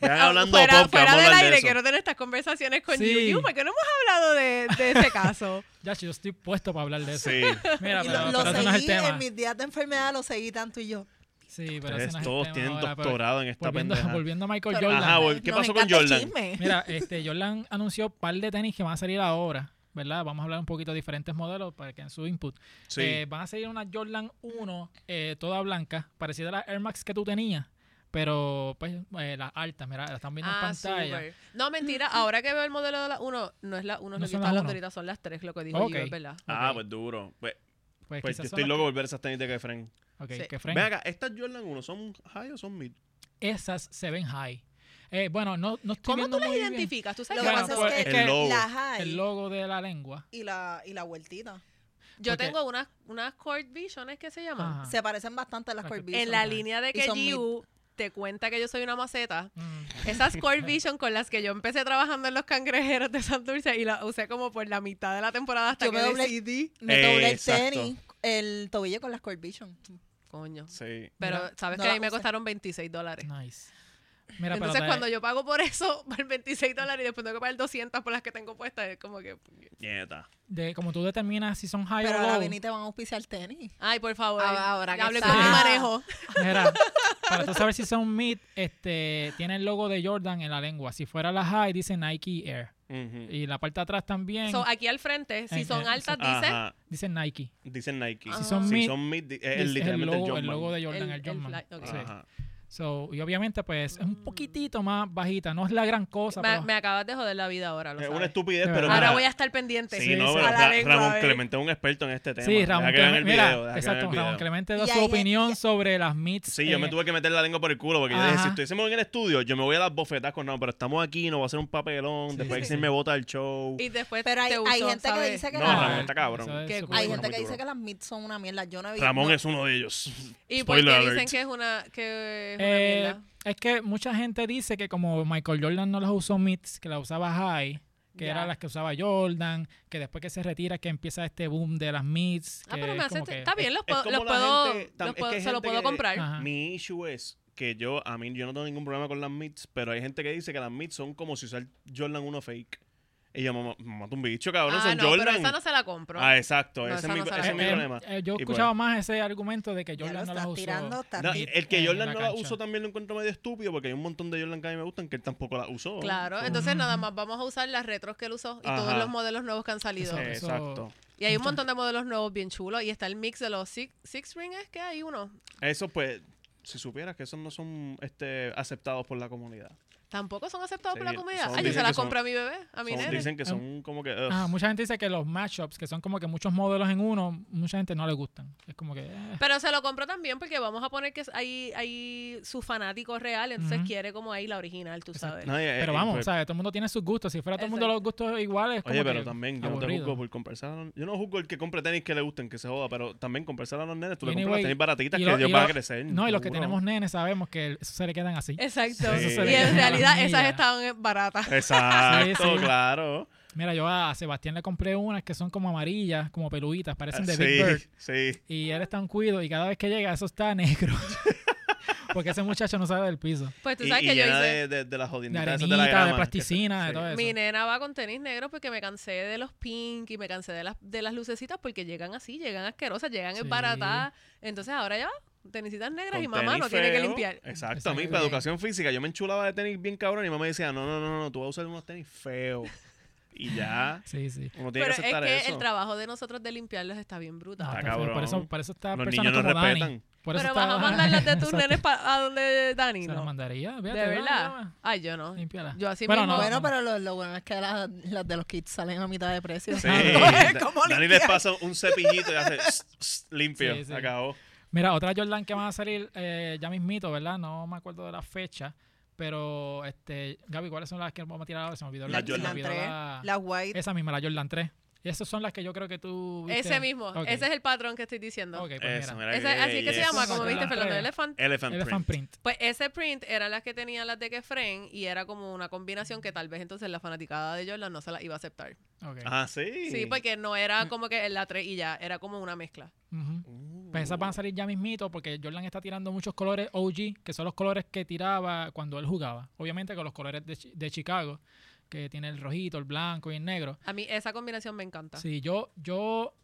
S3: Ya
S4: Ah,
S3: hablando
S4: fuera,
S3: pop, que
S4: fuera
S3: vamos a
S4: del
S3: hablar de
S4: aire,
S3: eso.
S4: quiero tener estas conversaciones con
S1: Sí.
S4: Yu Yu, porque no hemos hablado de, de ese caso.
S1: ya yo estoy puesto para hablar de eso.
S3: Sí.
S1: Mira,
S2: Y
S1: pero,
S2: lo, lo
S1: pero ese
S2: seguí
S1: no es el
S2: en
S1: tema.
S2: mis días de enfermedad, lo seguí tanto y yo.
S1: Sí, pero ese
S3: Ustedes
S1: no es el
S3: todos
S1: tema
S3: tienen
S1: ahora, pero
S3: doctorado en esta
S1: volviendo,
S3: pendeja.
S1: volviendo a Michael
S2: Pero-
S1: Jordan.
S3: Ajá, vol- ¿qué
S2: Nos
S3: pasó con
S2: encanta el
S3: Jordan?
S2: chisme.
S1: Mira, este, Jordan anunció un par de tenis que van a salir ahora, ¿verdad? Vamos a hablar un poquito de diferentes modelos para que en su input.
S3: Sí.
S1: Eh, van a salir una Jordan 1 eh, toda blanca, parecida a la Air Max que tú tenías, pero pues eh, las altas, mira, las están viendo en
S4: Ah,
S1: pantalla.
S4: súper. No, mentira, ahora que veo el modelo de la 1, no es la 1
S1: No
S4: lo que
S1: son
S4: está
S1: las
S4: hablando
S1: uno.
S4: ahorita, son las 3 lo que dijo
S1: Ok.
S4: Yu, es verdad.
S3: Ah,
S1: Ok,
S3: pues duro. Pues,
S1: pues
S3: pues yo
S1: quizás son
S3: estoy
S1: las-
S3: loco de volver a esas tenis de Kefren.
S1: ok,
S4: Sí.
S1: que Frank-
S3: Ve acá, ¿estas Jordan 1 son high o son mid?
S1: Esas se ven high. Eh, bueno, no, no estoy
S4: ¿Cómo
S1: viendo
S4: tú las
S1: muy bien
S4: identificas? ¿Tú
S2: Lo
S4: sabes
S2: que
S4: qué
S1: Bueno,
S2: pasa
S1: pues,
S2: es
S1: es
S2: que
S1: que
S3: el logo.
S2: la high
S1: el logo de la lengua.
S2: y la, y la vueltita.
S4: Yo
S1: porque-
S4: tengo unas, unas Court Visiones que Ah, se llaman.
S1: Ajá.
S2: Se parecen bastante a las
S1: Las que-
S2: Corvus.
S4: En la línea de
S2: Y
S4: que
S2: son mid.
S4: Yu te cuenta que yo soy una maceta,
S1: Mm.
S4: esas Court Vision con las que yo empecé trabajando en los cangrejeros de Santurce y las usé como por la mitad de la temporada hasta
S2: Yo
S4: que
S2: me doblé-
S4: decidí.
S2: Me
S3: Eh,
S2: doblé el
S3: exacto.
S2: tenis, el tobillo con las Corvus Vision.
S4: Coño.
S3: Sí.
S4: Pero
S1: Mira,
S4: sabes
S2: no
S4: que a
S2: la
S4: mí me
S2: usé.
S4: costaron 26 dólares.
S1: Nice. Mira, pero
S4: Entonces,
S1: te-
S4: cuando yo pago por eso, por 26 dólares y después tengo que pagar 200 por las que tengo puestas, es como que.
S3: Nieta.
S1: de- como tú determinas si son high
S2: Pero
S1: o
S2: ahora
S1: low,
S2: ven y te van a auspiciar tenis.
S4: Ay, por favor.
S2: Ah, ahora que
S4: hable
S2: está-
S4: con mi manejo.
S1: mira, para tú saber si son mid, este, tiene el logo de Jordan en la lengua. Si fuera la high, dice Nike Air.
S3: Ujú.
S1: Y la parte de atrás también
S4: So, aquí al frente, si
S1: En-
S4: son
S1: en-
S4: altas, dice.
S3: Ajá.
S1: dice Nike.
S3: Dicen Nike.
S4: Si
S1: Ah. son
S3: si
S1: mid,
S3: son mid, di- es
S1: Dice- es el
S3: literalmente
S1: logo,
S3: el
S1: el logo
S3: Jordan.
S1: de Jordan,
S4: Ah. El-
S1: el,
S4: el
S1: Jordan.
S4: flag, ok. Mm.
S1: Sí.
S3: Ajá.
S1: So, y obviamente, pues, es un poquitito más bajita. No es la gran cosa,
S4: Me,
S1: pero...
S4: me acabas de joder la vida ahora, lo
S3: Es una
S4: sabes.
S3: estupidez,
S1: De
S3: pero
S1: verdad.
S4: Ahora
S3: mira,
S4: voy a estar pendiente.
S3: Sí,
S1: Sí,
S3: no,
S1: sí.
S3: pero
S2: A la
S3: Ra-
S2: lengua, a
S3: Ramón
S2: ver.
S3: Clemente es un experto en este tema.
S1: Sí, Ramón
S3: Deja que vean
S1: Clemente,
S3: el
S1: mira,
S3: video, deja que vean el
S1: exacto, Ramón
S3: video.
S1: Clemente
S2: Y
S1: da su
S2: ahí-
S1: opinión
S2: y-
S1: sobre las meets.
S3: Sí, yo me
S1: eh,
S3: tuve que meter la lengua por el culo porque yo dije,
S1: Ajá.
S3: si estuviésemos en el estudio, yo me voy a las bofetadas con no, pero estamos aquí, no va a ser un papelón,
S1: Sí,
S3: después
S1: sí,
S3: Exil
S1: sí.
S3: me bota el show.
S4: Y después
S2: Pero hay,
S4: te
S2: hay
S4: uso,
S2: gente que
S4: ¿sabes?
S2: dice que
S3: No,
S2: las-
S3: Ramón está cabrón.
S1: ah, eso es
S4: Qué
S1: súper
S2: hay
S1: bueno.
S2: gente
S3: muy
S2: que dice
S3: duro.
S2: que las mids son una mierda. Yo no he visto.
S3: Ramón
S2: no.
S3: es uno de ellos.
S4: Y porque
S3: Spoiler
S4: dicen
S3: alert.
S4: que es una, que es una
S1: Eh,
S4: mierda.
S1: es que mucha gente dice que como Michael Jordan no las usó meets, que las usaba high, que
S4: Ya.
S1: eran las que usaba Jordan, que después que se retira que empieza este boom de las meets.
S4: Ah,
S1: que
S4: pero me
S1: es
S4: hace...
S1: como que-
S4: Está bien, los
S3: es
S4: puedo...
S3: como
S4: los
S3: la
S4: puedo-
S3: gente- tam-
S4: los
S3: es que
S4: puedo-
S3: hay
S4: Se lo
S3: gente
S4: puedo
S3: que-
S4: comprar.
S1: Ajá.
S3: Mi issue es que yo, a mí, yo no tengo ningún problema con las mitts, pero hay gente que dice que las mitts son como si usar Jordan uno fake. Y yo, mamá, mata un bicho, cabrón,
S4: Ah,
S3: son
S4: no,
S3: Jordan.
S4: pero esa no se la compro.
S3: Ah, exacto,
S4: No,
S3: ese
S4: esa
S3: es mi,
S4: no se la
S3: ese es mi
S1: Eh, eh,
S3: problema.
S1: eh, yo
S3: Y pues
S1: he escuchado más ese argumento de que
S2: Ya
S1: Jordan
S2: lo
S1: no las
S2: estás
S1: usó.
S2: tirando tan
S3: No,
S2: deep.
S1: Meet
S3: el que
S1: en
S3: Jordan
S1: la
S3: no la
S1: cancha.
S3: uso también lo encuentro medio estúpido porque hay un montón de Jordan que a mí me gustan que él tampoco la usó.
S4: Claro,
S3: So-
S4: entonces nada más vamos a usar las retros que él usó y todos
S3: Ajá.
S4: los modelos nuevos que han salido.
S1: Exacto.
S3: Eh,
S1: Eso-
S3: Exacto.
S4: Y hay un montón de modelos nuevos bien chulos. Y está el mix de los six, six rings, que hay uno.
S3: Eso pues, si supieras que esos no son este, aceptados por la comunidad.
S4: Tampoco son aceptados por la
S3: Sí,
S4: comunidad.
S3: son-
S4: Ay, yo se
S3: dicen
S4: las
S3: que son-
S4: compré a mi bebé, a mi
S3: Son-
S4: nene.
S3: dicen que son como que... ugh.
S1: Ah, mucha gente dice que los matchups, que son como que muchos modelos en uno, mucha gente no le gustan. Es como que. eh,
S4: Pero se lo compro también porque vamos a poner que hay, hay su fanático real, entonces
S1: Ujú.
S4: quiere como ahí la original, tú
S1: Exacto.
S4: sabes.
S3: No, y-
S1: Pero
S3: y,
S1: vamos,
S3: pues,
S1: ¿sabes? Todo el mundo tiene sus gustos. Si fuera todo el mundo los gustos iguales. es
S3: Oye,
S1: como
S3: pero
S1: que
S3: también yo no te
S1: aburrido.
S3: juzgo por comprar. a los- Yo no juzgo el que compre tenis que le gusten, que se joda, pero también comprar a los nenes, tú le
S1: Y
S3: compras las
S1: anyway,
S3: tenis baratitas
S1: y
S3: que
S1: lo-
S3: Dios
S1: y
S3: va a
S1: lo-
S3: crecer.
S1: No, y los que
S3: seguro.
S1: tenemos nenes sabemos que eso se le quedan así.
S4: Eh. Exacto.
S3: Sí.
S4: Y en realidad esas estaban baratas.
S3: Exacto,
S1: Sí, sí.
S3: claro.
S1: Mira, yo a Sebastián le compré unas que son como amarillas, como peluditas, parecen de
S3: Ah, sí,
S1: Big Bird.
S3: sí.
S1: Y él está en cuido y cada vez que llega eso está negro. Porque ese muchacho no sabe del piso.
S4: Pues tú
S3: Y,
S4: sabes
S3: y
S4: que yo
S3: llena
S4: hice.
S3: de, de, de las
S1: De
S3: jodienditas esas
S1: arenita,
S3: la grama,
S1: de
S3: que-
S1: plasticina, de
S3: sí.
S1: todo eso.
S4: Mi nena va con tenis negros porque me cansé de los pink y me cansé de las, de las lucecitas porque llegan así, llegan asquerosas, llegan
S1: Sí.
S4: embaratadas. Entonces ahora ya, tenisitas negras
S3: Con
S4: y mamá
S3: tenis
S4: no tiene que
S3: feo.
S4: limpiar.
S3: Exacto, a mí
S1: Exacto.
S3: para educación física yo me enchulaba de tenis bien cabrón y mamá me decía, no, no, no, no, tú vas a usar unos tenis feos. Y ya,
S1: Sí, sí.
S3: uno tiene
S4: Pero es
S3: que
S4: que
S3: aceptar
S4: el
S3: eso.
S4: trabajo de nosotros de limpiarlos está bien
S1: No,
S4: brutal.
S1: está feo.
S3: cabrón.
S1: Por eso, por eso está
S3: Los
S1: personas
S3: niños no
S1: como Dani.
S3: respetan.
S1: Por eso
S4: Pero
S1: está-
S4: vas a mandar las de tus
S1: Exacto.
S4: nenes pa- a donde Dani,
S1: Se las
S4: ¿no?
S1: mandaría.
S4: De
S1: fíjate,
S4: verdad.
S1: va,
S4: Ay, yo no.
S1: va, límpiala.
S4: Yo así
S1: Bueno,
S4: mismo.
S1: no,
S4: Bueno,
S2: Bueno, pero lo, lo bueno es que las, las de los kits salen a mitad de precio.
S3: Sí,
S2: Entonces, ¿cómo
S3: Dani les
S2: limpiar?
S3: pasa un cepillito y hace "Ss, ss", limpio,
S1: Sí, sí.
S3: acabó.
S1: Mira, otra Jordan que van a salir eh, ya mismito, ¿verdad? No me acuerdo de la fecha. Pero, este, Gaby, ¿cuáles son las que vamos a tirar ahora? Se me olvidó
S3: La
S1: la, se me
S3: Jordan
S1: olvidó
S2: 3,
S1: la-
S2: La white.
S1: Esa misma, la Jordan 3. Y esas son las que yo creo que tú. viste.
S4: ese mismo.
S1: Ok,
S4: Ese es el patrón que estoy diciendo.
S1: ok, pues
S3: Eso,
S1: mira.
S3: mira
S4: Ese- así es que se
S3: yes.
S4: llama, como
S1: Son
S4: viste,
S1: las
S4: Fernando
S1: tres.
S4: Elephant.
S3: Elephant,
S1: Elephant
S3: print.
S1: print.
S4: Pues ese print eran las que tenía las de Kefren y era como una combinación que tal vez entonces la fanaticada de Jordan no se la iba a aceptar.
S1: Ok.
S3: Ah, sí.
S4: Sí, porque no
S1: Mm.
S4: era como que la 3 y ya, era como una mezcla.
S1: Ujú.
S3: Uh.
S1: Pues esas van a salir ya mismito porque Jordan está tirando muchos colores OG, que son los colores que tiraba cuando él jugaba. Obviamente con los colores de, Chi- de Chicago, que tiene el rojito, el blanco y el negro.
S4: A mí esa combinación me encanta.
S1: Sí, yo, yo,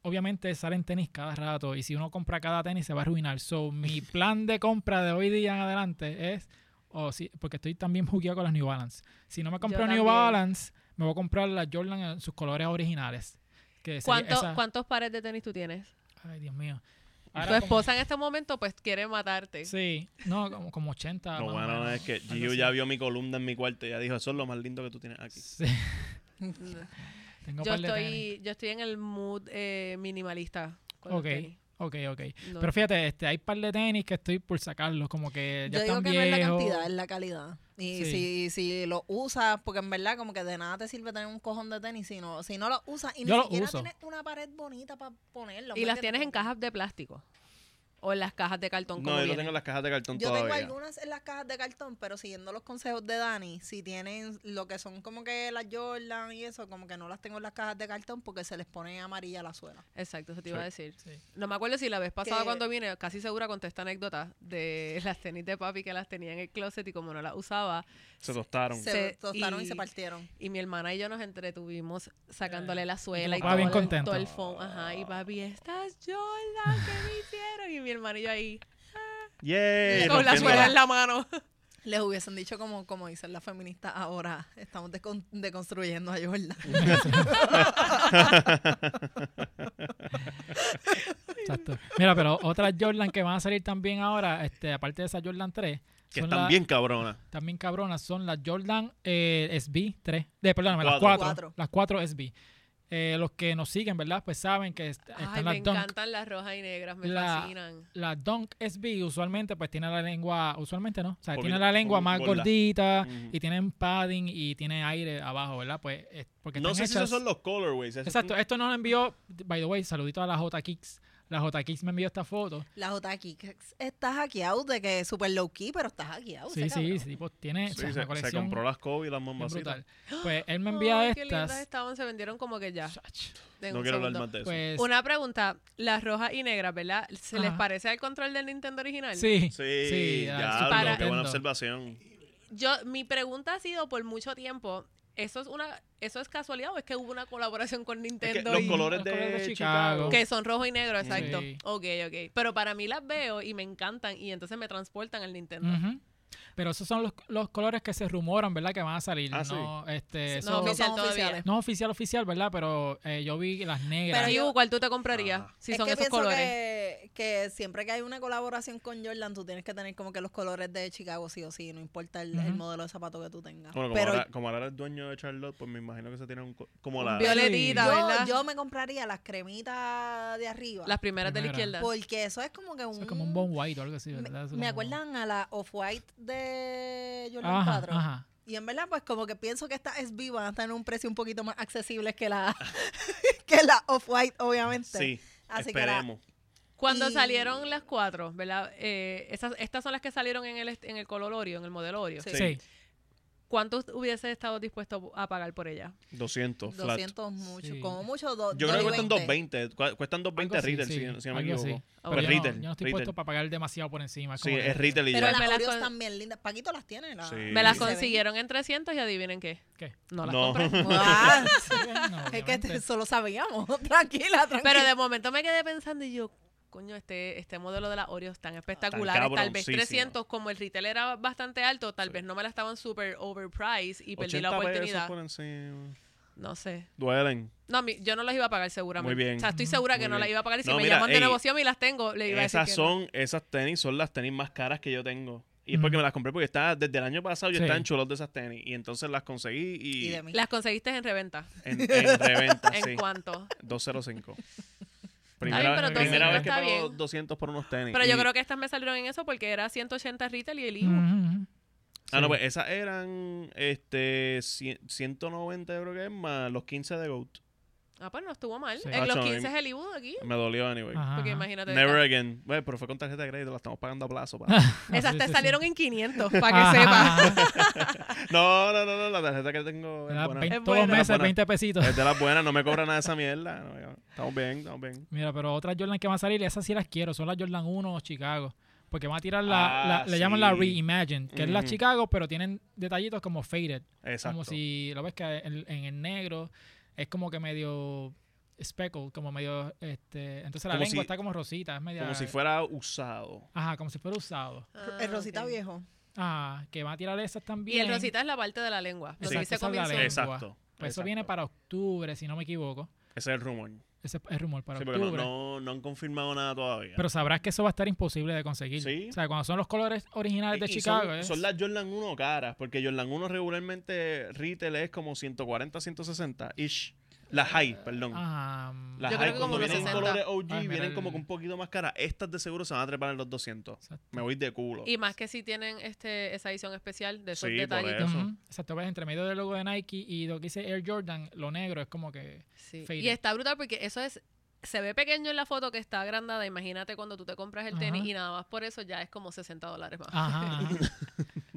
S1: obviamente salen tenis cada rato y si uno compra cada tenis se va a arruinar. So, mi plan de compra de hoy día en adelante es, o si, porque estoy también jugueado con las New Balance. Si no me compro New
S4: también.
S1: Balance, me voy a comprar las Jordan en sus colores originales. Que sería
S4: ¿Cuánto-
S1: esa-
S4: ¿Cuántos pares de tenis tú tienes?
S1: Ay, Dios mío.
S4: tu
S1: Ahora como-
S4: esposa en este momento pues quiere matarte.
S1: Sí, no, como, como 80.
S3: Lo
S1: más o
S3: bueno
S1: menos,
S3: es que
S1: algo
S3: Giu
S1: así.
S3: ya vio mi columna en mi cuarto y ya dijo, eso es lo más lindo que tú tienes aquí.
S1: Sí,
S2: mm,
S1: tengo
S4: Yo
S1: par de tenis.
S4: estoy yo estoy en el mood eh, minimalista. con los
S1: Ok.
S4: tenis.
S1: Ok, ok.
S4: No.
S1: Pero fíjate, este, hay par de tenis que estoy por sacarlos, como que ya
S2: Yo digo
S1: están
S2: que no es la
S1: viejos.
S2: cantidad, es la calidad. Y
S1: Sí.
S2: si, si lo usas, porque en verdad como que de nada te sirve tener un cojón de tenis si no, si no lo usas y
S1: Yo
S2: ni
S1: lo
S2: siquiera
S1: uso.
S2: tienes una pared bonita para ponerlo.
S4: y
S2: ¿me
S4: las
S2: entiendes?
S4: tienes en cajas de plástico o en las cajas de cartón como
S3: No, yo lo
S4: vienen.
S3: tengo en las cajas de cartón
S2: Yo tengo
S3: todavía.
S2: algunas en las cajas de cartón, pero siguiendo los consejos de Dani, si tienen lo que son como que las Jordan y eso, como que no las tengo en las cajas de cartón porque se les pone amarilla la suela.
S4: Exacto, eso te iba a decir.
S1: Sí.
S4: No me acuerdo si la vez pasada
S2: Que-
S4: cuando vine, casi segura conté esta anécdota de las tenis de papi que las tenía en el closet y como no las usaba,
S3: Se tostaron.
S2: Se,
S4: Se-
S2: tostaron y...
S4: y-
S2: se partieron.
S4: y mi hermana y yo nos entretuvimos sacándole la
S1: tu
S4: suela y,
S1: papá bien
S4: todo, el-
S1: contento.
S4: todo el foam. Ajá, y papi, estas Jordan que me hicieron. Y mi hermana y yo ahí,
S3: Yay,
S4: con la
S3: rompiéndola.
S4: suela en la mano.
S2: Les hubiesen dicho como, como dicen las feministas ahora, estamos decon- deconstruyendo a Jordan.
S1: Exacto. Mira, pero otras Jordan que van a salir también ahora, este, aparte de esa Jordan 3,
S3: Que
S1: son
S3: están
S1: la-
S3: bien cabronas.
S1: también cabronas, son las Jordan eh, SB 3, de, perdóname, las
S3: Cuatro.
S1: 4, las 4 SB. Eh, los que nos siguen, ¿verdad? Pues saben que est- están
S4: Ay, me
S1: las Dunk.
S4: encantan las rojas y negras, me
S1: La-
S4: fascinan.
S1: La Dunk SB usualmente pues tiene la lengua, usualmente no, o sea,
S3: Bol-
S1: tiene la lengua más
S3: bol- bola.
S1: gordita
S3: Ujú.
S1: y tienen padding y tiene aire abajo, ¿verdad? Pues es- porque
S3: No sé
S1: están
S3: si esos
S1: hechas-
S3: son los colorways. esos
S1: Exacto, eh,
S3: son-
S1: esto nos lo envió, by the way, saludito a la J Kicks. La J Kicks me envió esta foto.
S2: La J. Kicks está hackeado de que es super low key, pero está
S4: Ah,
S2: hackeado.
S1: sí,
S2: ese
S1: sí,
S2: cabrón.
S1: sí, tipo, tiene o
S3: Sí,
S1: sea,
S3: se,
S1: una
S3: se
S1: colección
S3: compró las Kobe y las
S1: bien
S3: mamacitas.
S1: brutal. Pues él me envía
S4: Ay, qué lindas
S1: estas.
S4: estaban, se vendieron como que ya.
S1: Chach,
S4: de
S3: No
S4: un
S3: quiero hablar
S4: segundo.
S3: más de eso.
S1: Pues
S4: Una pregunta, las rojas y negras, ¿verdad? ¿Se les
S1: Ajá.
S4: parece al control del Nintendo original?
S1: sí,
S3: sí,
S1: sí, la
S3: diablo,
S1: Super
S3: qué buena
S1: Nintendo.
S3: observación.
S4: Yo, mi pregunta ha sido por mucho tiempo, ¿eso es una, eso es casualidad o es que hubo una colaboración con
S3: Es que
S4: Nintendo?
S3: los
S4: y-
S3: colores
S1: los
S3: de,
S1: colores de Chicago.
S3: Chicago.
S4: que son rojo y negro,
S3: Sí.
S4: exacto.
S1: Sí.
S4: Ok, ok. Pero para mí las veo y me encantan y entonces me transportan al Nintendo.
S1: ujú. Pero esos son los, los colores que se rumoran, ¿verdad? Que van a salir.
S3: Ah,
S1: no, este,
S4: No,
S1: eso-
S2: No,
S1: no,
S2: no
S1: es
S4: oficial
S2: son
S4: todavía.
S2: oficiales.
S1: oficial, oficial, ¿verdad? Pero eh, yo vi las negras.
S4: Pero
S2: Pero
S4: yo,
S2: yo-
S4: ¿cuál tú te comprarías
S3: Ajá.
S4: si
S2: es
S4: son
S2: que
S4: esos
S2: pienso
S4: colores?
S2: Que, que siempre que hay una colaboración con Jordan, tú tienes que tener como que los colores de Chicago, sí o sí, no importa el, el
S1: Ujú.
S2: modelo de zapato que tú tengas.
S3: Bueno, como,
S2: pero
S3: ahora, como ahora eres dueño de Charlotte, pues me imagino que se tiene un... co- Como la...
S1: violet-
S4: Violetita,
S1: Yo-
S2: yo,
S4: ¿verdad?
S2: yo me compraría las cremitas de arriba.
S4: las primeras de la
S1: Primera.
S4: izquierda.
S2: porque eso es como que un.
S1: Eso es como un bon white o algo así,
S2: me,
S1: ¿verdad? Eso
S2: me
S1: como-
S2: acuerdan a la Off-White de Jordan
S1: Ajá,
S2: 4.
S1: ajá.
S2: Y en verdad, pues como que pienso que estas SB van a estar en un precio un poquito más accesible que la, que la Off-White, obviamente.
S3: Sí,
S2: Así que la-
S3: esperemos.
S4: Cuando
S2: Y-
S4: salieron las cuatro, ¿verdad? Eh, esas, estas son las que salieron en el, est- en el color Oreo, en el modelo Oreo.
S2: Sí.
S1: Sí.
S4: ¿Cuánto hubiese estado dispuesto a pagar por ella?
S3: 200, flat.
S2: 200 mucho,
S1: Sí.
S2: como mucho. do-
S3: Yo creo que cuestan
S2: 220.
S3: 220. cua- Cuestan 220
S1: Algo así,
S3: retail,
S1: sí,
S3: si, si no me
S1: algo así.
S3: equivoco.
S4: Ah,
S3: Pero
S1: yo,
S3: es
S1: no-
S3: retail.
S1: yo no estoy
S3: retail.
S1: puesto para pagar demasiado por encima.
S3: Sí,
S1: como que-
S3: es retail y
S2: Pero
S3: ya.
S4: Me
S2: las
S4: las
S2: Oreos
S4: con-
S2: están bien lindas. Paquito las tiene. la-
S3: Sí.
S4: Me las
S3: Sí.
S2: se ven.
S4: consiguieron en 300 y adivinen qué.
S1: ¿Qué?
S4: No las
S3: No.
S4: compré.
S2: Ah,
S1: Sí, bueno,
S2: es
S4: este
S2: que
S1: obviamente.
S2: te- eso lo sabíamos. Tranquila, tranquila.
S4: Pero de momento me quedé pensando y yo, coño, este, este modelo de las Oreos tan espectacular. tal vez
S3: cabroncísimo.
S4: 300, como el retail era bastante alto, tal
S3: Sí.
S4: vez no me la estaban super overpriced y perdí la
S3: 80 pesos
S4: oportunidad.
S3: por encima.
S4: No sé.
S3: Duelen.
S4: No, mi- yo no las iba a pagar seguramente.
S3: Muy bien.
S4: O sea, estoy segura que
S3: Muy
S4: no las
S3: bien.
S4: iba a pagar. Y Si
S3: No,
S4: me
S3: mira,
S4: llaman de
S3: ey,
S4: negocio y las tengo, le iba a decir
S3: Esas
S4: que no.
S3: son, esas tenis son las tenis más caras que yo tengo. Y es porque
S1: Ujú.
S3: me las compré porque estaba, desde el año pasado yo
S1: Sí.
S3: estaba en chulos de esas tenis. Y entonces las conseguí y,
S2: Y de mí.
S4: Las conseguiste en reventa.
S3: en, en reventa,
S4: ¿En
S3: Ah, sí.
S4: cuánto?
S3: 205.
S4: bien,
S3: Primera,
S4: pero
S3: primera
S4: 205
S3: vez que
S4: está
S3: pago
S4: bien.
S3: 200 por unos tenis.
S4: Pero yo
S3: Y-
S4: creo que estas me salieron en eso porque era 180 retail y el IVA.
S1: Ujú, ujú.
S3: Ah, no,
S1: Sí.
S3: pues esas eran este, cien- 190 yo creo que es más los 15 de GOAT.
S4: Ah, pues no estuvo mal.
S1: Sí.
S4: En los
S3: Macho,
S4: 15
S3: a
S4: es el IVA de aquí.
S3: Me dolió, anyway.
S1: Ajá,
S4: Porque
S1: ajá.
S4: imagínate.
S3: Never
S4: esas-
S3: again. Bueno, pero fue con tarjeta de crédito, la estamos pagando a plazo. pa.
S4: Esas
S1: Sí,
S4: te
S1: sí, sí.
S4: salieron en 500, para que
S1: Ajá,
S4: sepas.
S1: ajá, ajá.
S3: no, no, no, no, la tarjeta que tengo
S1: Me da
S3: es buena.
S1: 20
S4: Es
S1: todos los
S4: buena.
S1: meses,
S3: Buena.
S1: 20 pesitos.
S3: Es de las buenas, no me cobra nada esa mierda. No, yo- estamos bien, estamos bien.
S1: Mira, pero otras Jordan que van a salir, esas sí las quiero, son las Jordan 1 o Chicago. Porque van a tirar la,
S3: Ah,
S1: la- le llaman la
S3: sí.
S1: Reimagined, que es la
S3: Ujú.
S1: Chicago, pero tienen detallitos como faded.
S3: Exacto.
S1: Como si, lo ves que en, en el negro es como que medio speckled, como medio, este, entonces la
S3: Como
S1: lengua
S3: si-
S1: está como rosita, es media...
S3: Como si fuera usado.
S1: Ajá, como si fuera usado.
S4: Ah,
S2: el Rosita
S4: ok.
S2: viejo.
S1: Ah, que van a tirar esas
S4: Y
S1: también.
S4: el Rosita es la parte de la lengua. Donde
S1: Exacto,
S4: dice
S1: esa es la
S4: comienzo.
S1: lengua.
S3: Exacto.
S1: Pues eso
S3: exacto.
S1: viene para octubre, si no me equivoco.
S3: Ese es el rumor. Sí,
S1: Ese es rumor para
S3: porque
S1: octubre.
S3: no, no, no han confirmado nada todavía.
S1: Pero sabrás que eso va a estar imposible de conseguir.
S3: Sí.
S1: O sea, cuando son los colores originales de
S3: Y- y
S1: Chicago. ¿eh?
S3: Son,
S1: Ah, es-
S3: son las Jordan 1 caras, porque Jordan 1 regularmente retail es como 140, 160 ish. Las high, perdón.
S1: Ajá.
S3: Las
S4: Yo
S3: high
S4: creo que
S3: cuando
S4: como los
S3: vienen en
S4: 60.
S3: colores OG
S1: Ah. Ay, mira
S3: vienen
S1: el-
S3: como que un poquito más caras. Estas de seguro se van a trepar en los 200.
S1: Exacto.
S3: Me voy de culo.
S4: Y más que si tienen este, esa edición especial de esos
S3: Sí, por
S4: detallitos.
S3: eso.
S1: Ujú. Exacto, ves entre medio del logo de Nike y lo que dice Air Jordan, lo negro es como que.
S4: Sí.
S1: Faded.
S4: Y está brutal porque eso es. Se ve pequeño en la foto que está agrandada. Imagínate cuando tú te compras el tenis
S1: Ajá. Ah,
S4: y nada más por eso ya es como 60 dólares más.
S1: Ajá. ajá.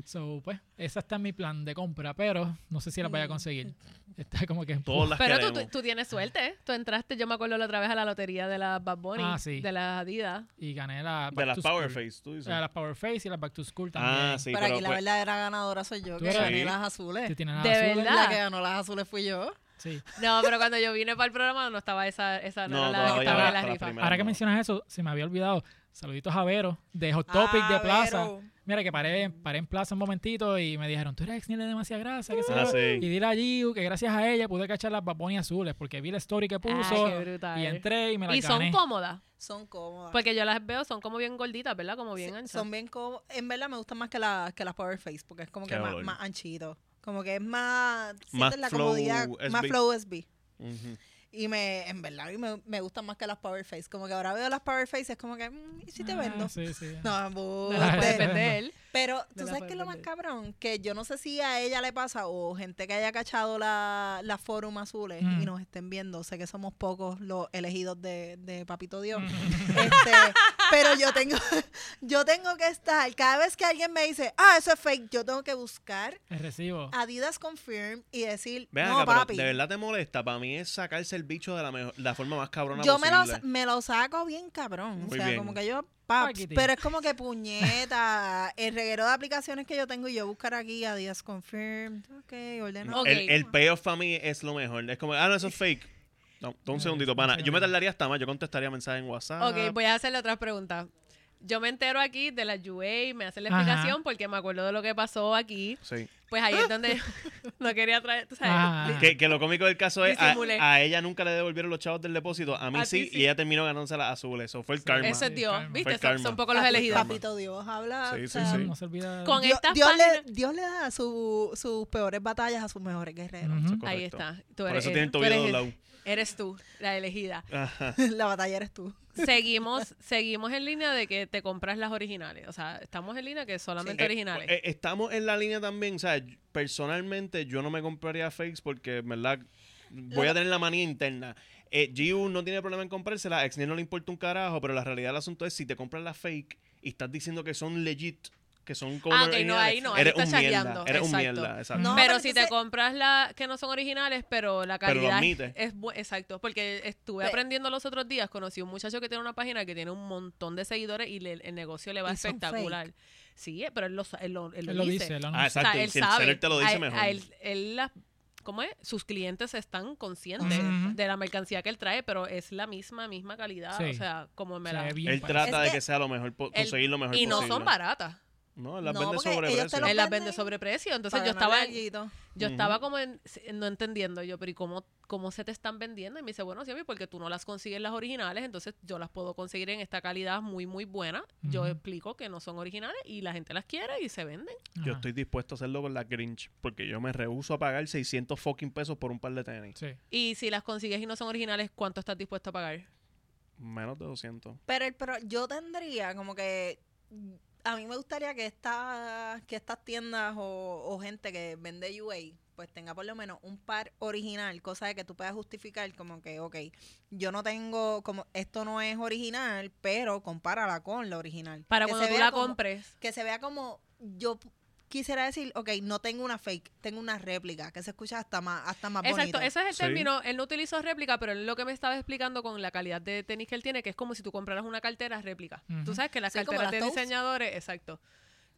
S1: so, pues, esa está en mi plan de compra, pero no sé si la vaya a conseguir. Está como que.
S3: Todas las
S4: Pero tú,
S3: queremos.
S4: tú- tú tienes suerte. ¿eh? Tú entraste, yo me acuerdo la otra vez a la lotería de las Bad Bunny,
S1: Ah, sí.
S4: de las Adidas.
S1: Y gané la.
S3: de
S1: Back
S3: las
S1: to
S3: Power
S1: School.
S3: Face, tú dices.
S1: O sea, las Power Face y las Back to School Ah, también.
S3: ah, sí,
S2: pero,
S3: pero,
S2: aquí la
S3: pues,
S2: verdadera ganadora soy yo,
S1: Tú
S2: que
S1: eres-
S2: gané
S3: Sí.
S2: las azules.
S1: Tú tienes las
S4: De
S1: azules.
S4: verdad.
S2: La que ganó las azules fui yo.
S1: Sí.
S4: No, pero cuando yo vine para el programa no estaba esa, esa no,
S3: No,
S4: era la que
S3: todavía
S4: estaba
S3: va
S4: en la
S3: hasta la
S4: rifa.
S3: primera.
S1: Ahora que
S3: no.
S1: mencionas eso, se me había olvidado. Saluditos a Vero, de Hot Topic
S2: Ah,
S1: de Plaza.
S2: Vero.
S1: Mira, que paré, paré en Plaza un momentito y me dijeron, tú eres ex de demasiada grasa. que
S3: Ah, sí.
S1: Y dile a Giu que gracias a ella pude cachar las babonias azules porque vi la story que puso
S4: qué brutal.
S1: y entré y me las
S4: Y son
S1: gané.
S4: cómodas.
S2: Son cómodas.
S4: Porque yo las veo, son como bien gorditas, ¿verdad? Pues, Como bien
S2: Sí,
S4: anchas.
S2: Son bien cómodas. En verdad me gustan más que, la, que las Power Face porque es como
S3: Qué
S2: que más,
S3: dolor.
S2: más anchito. Como que es más...
S3: Más
S2: sientes la
S3: flow
S2: comodidad, más
S3: SB.
S2: flow SB.
S3: Ujú.
S2: Y me, en verdad, a mí me, me gustan más que las Power Face. Como que ahora veo las Power Face, es como que, mm, ¿y si te
S1: Ah,
S2: vendo?
S1: sí, sí.
S2: No,
S4: No las
S1: Ah,
S4: puedes
S1: sí.
S2: embuste.
S4: vender.
S2: Pero
S4: No
S2: tú
S4: las
S2: sabes
S4: puedes
S2: que es lo más
S4: vender.
S2: cabrón, que yo no sé si a ella le pasa o gente que haya cachado la, la forum azules
S1: Mm.
S2: y nos estén viendo. Sé que somos pocos los elegidos de, de Papito Dios.
S1: Mm.
S2: Este, pero yo tengo, yo tengo que estar, cada vez que alguien me dice, ah, eso es fake, yo tengo que buscar
S1: El recibo.
S2: Adidas Confirm y decir,
S3: Ven
S2: no,
S3: acá, pero
S2: papi.
S3: de verdad te molesta. Para mí es sacarse el bicho de la, mejo- la forma más cabrona
S2: yo me
S3: posible.
S2: lo, sa- me lo saco bien cabrón.
S3: Muy
S2: o sea,
S3: bien.
S2: como que yo, paps,
S1: Paquitín.
S2: pero es como que puñeta. el reguero de aplicaciones que yo tengo y yo buscar aquí a Díaz Confirmed. Ok, ordenado.
S4: Ok.
S3: Mm, El, el payoff para mí es lo mejor. Es como, ah, no, eso es fake. No, da un segundito, pana. Yo me tardaría hasta más. Yo contestaría mensajes en WhatsApp.
S4: Ok, pues, voy a hacerle otra pregunta. Yo me entero aquí de la UA, me hacen la
S1: Ajá.
S4: explicación porque me acuerdo de lo que pasó aquí.
S3: Sí.
S4: Pues ahí es donde no quería traer, tú sabes,
S1: Ah.
S4: li-
S3: Que, que lo cómico del caso es, a,
S4: Disimulé.
S3: a ella nunca le devolvieron los chavos del depósito, a mí
S4: A
S3: sí,
S4: ti sí.
S3: y ella terminó ganándose las azules. Eso fue el karma.
S4: Eso es Dios,
S1: Karma.
S3: Fue
S4: ¿viste? Son,
S3: karma.
S4: son pocos los elegidos.
S3: karma.
S2: Papito Dios habla.
S3: Sí,
S2: o
S3: sí,
S2: sea,
S3: sí.
S1: No se olvida.
S4: Con
S2: Dios,
S4: estas
S2: Dios
S4: páginas-
S2: le, Dios le da su- sus peores batallas a sus mejores guerreros.
S1: Ujú.
S3: Eso es
S4: Ahí
S3: correcto.
S4: está. Tú
S3: Por
S4: eres,
S3: eso tienen
S4: tú
S3: tobillo
S4: eres,
S3: doblado.
S4: eres tú, la elegida.
S3: Ajá.
S2: La batalla eres tú.
S4: Seguimos, seguimos en línea de que te compras las originales. O sea, estamos en línea que solamente
S3: Eh,
S4: originales.
S3: eh, estamos en la línea también, o sea, personalmente yo no me compraría fakes porque, en verdad, voy
S2: Lo-
S3: a tener la manía interna. Eh, GU no tiene problema en comprársela, a Exniel no le importa un carajo, pero la realidad del asunto es si te compras la fake y estás diciendo que son legit, que son como
S4: Ah, ok, no, ahí no, ahí
S3: eres
S4: estás
S3: un mierda,
S4: charreando,
S3: eres un
S4: exacto.
S3: mierda, exacto.
S2: No,
S4: pero
S2: pero
S4: si te
S2: entonces-
S4: compras las que no son originales, pero la
S3: Pero lo
S4: calidad
S3: admite.
S4: es bu- exacto, porque estuve
S2: Pe-
S4: aprendiendo los otros días, conocí un muchacho que tiene una página que tiene un montón de seguidores y le- el negocio le va
S2: Y son
S4: espectacular. Sí, eh, pero él lo, sa- él lo, él lo
S1: Él lo
S4: dice.
S1: dice, lo
S3: Ah,
S4: O sea,
S3: exacto, y
S4: él
S3: si el
S4: sabe.
S3: seller te lo dice
S4: A él-
S3: mejor.
S4: a él- él las- ¿Cómo es? Sus clientes están conscientes
S1: Ujú.
S4: de la mercancía que él trae, pero es la misma, misma calidad.
S1: Sí.
S4: O sea, como me
S1: Se
S4: la...
S1: ve bien
S3: Él
S1: padre.
S3: trata
S2: Es
S3: de
S2: que-
S3: que sea lo mejor, po-
S4: él-
S3: conseguir lo mejor
S4: Y no
S3: posible.
S4: son baratas.
S3: No, él las
S2: No,
S3: vende
S2: porque ellos te
S3: sobreprecio.
S2: lo-
S4: Él las vende
S2: venden
S4: sobreprecio. Entonces
S2: para
S4: yo
S2: ganarle
S4: estaba...
S2: alguito.
S4: Yo
S3: Ujú.
S4: estaba como en- no entendiendo yo, pero ¿y cómo, cómo se te están vendiendo? Y me dice, bueno, sí, a mí, porque tú no las consigues las originales, entonces yo las puedo conseguir en esta calidad muy, muy buena. Yo
S1: Ujú.
S4: explico que no son originales y la gente las quiere y se venden.
S3: Yo
S1: Ajá.
S3: estoy dispuesto a hacerlo con la Grinch porque yo me rehuso a pagar 600 fucking pesos por un par de tenis.
S1: Sí.
S4: Y si las consigues y no son originales, ¿cuánto estás dispuesto a pagar?
S3: Menos de 200.
S2: Pero, el- pero yo tendría como que... mm, A mí me gustaría que, esta, que estas tiendas o, o gente que vende UA pues tenga por lo menos un par original, cosa de que tú puedas justificar como que, ok, yo no tengo, como esto no es original, pero compárala con la original.
S4: Para
S2: Que
S4: cuando
S2: se
S4: tú
S2: vea
S4: la
S2: como-
S4: compres.
S2: Que se vea como, yo p- quisiera decir, ok, no tengo una fake, tengo una réplica, que se escucha hasta más, hasta más
S4: Exacto,
S2: bonito.
S4: ese es el
S3: Sí.
S4: término. Él no utilizó réplica, pero él lo que me estaba explicando con la calidad de tenis que él tiene, que es como si tú compraras una cartera réplica.
S1: Ujú.
S4: Tú sabes que las
S2: Sí, como las
S4: carteras de
S2: Toast.
S4: diseñadores, exacto.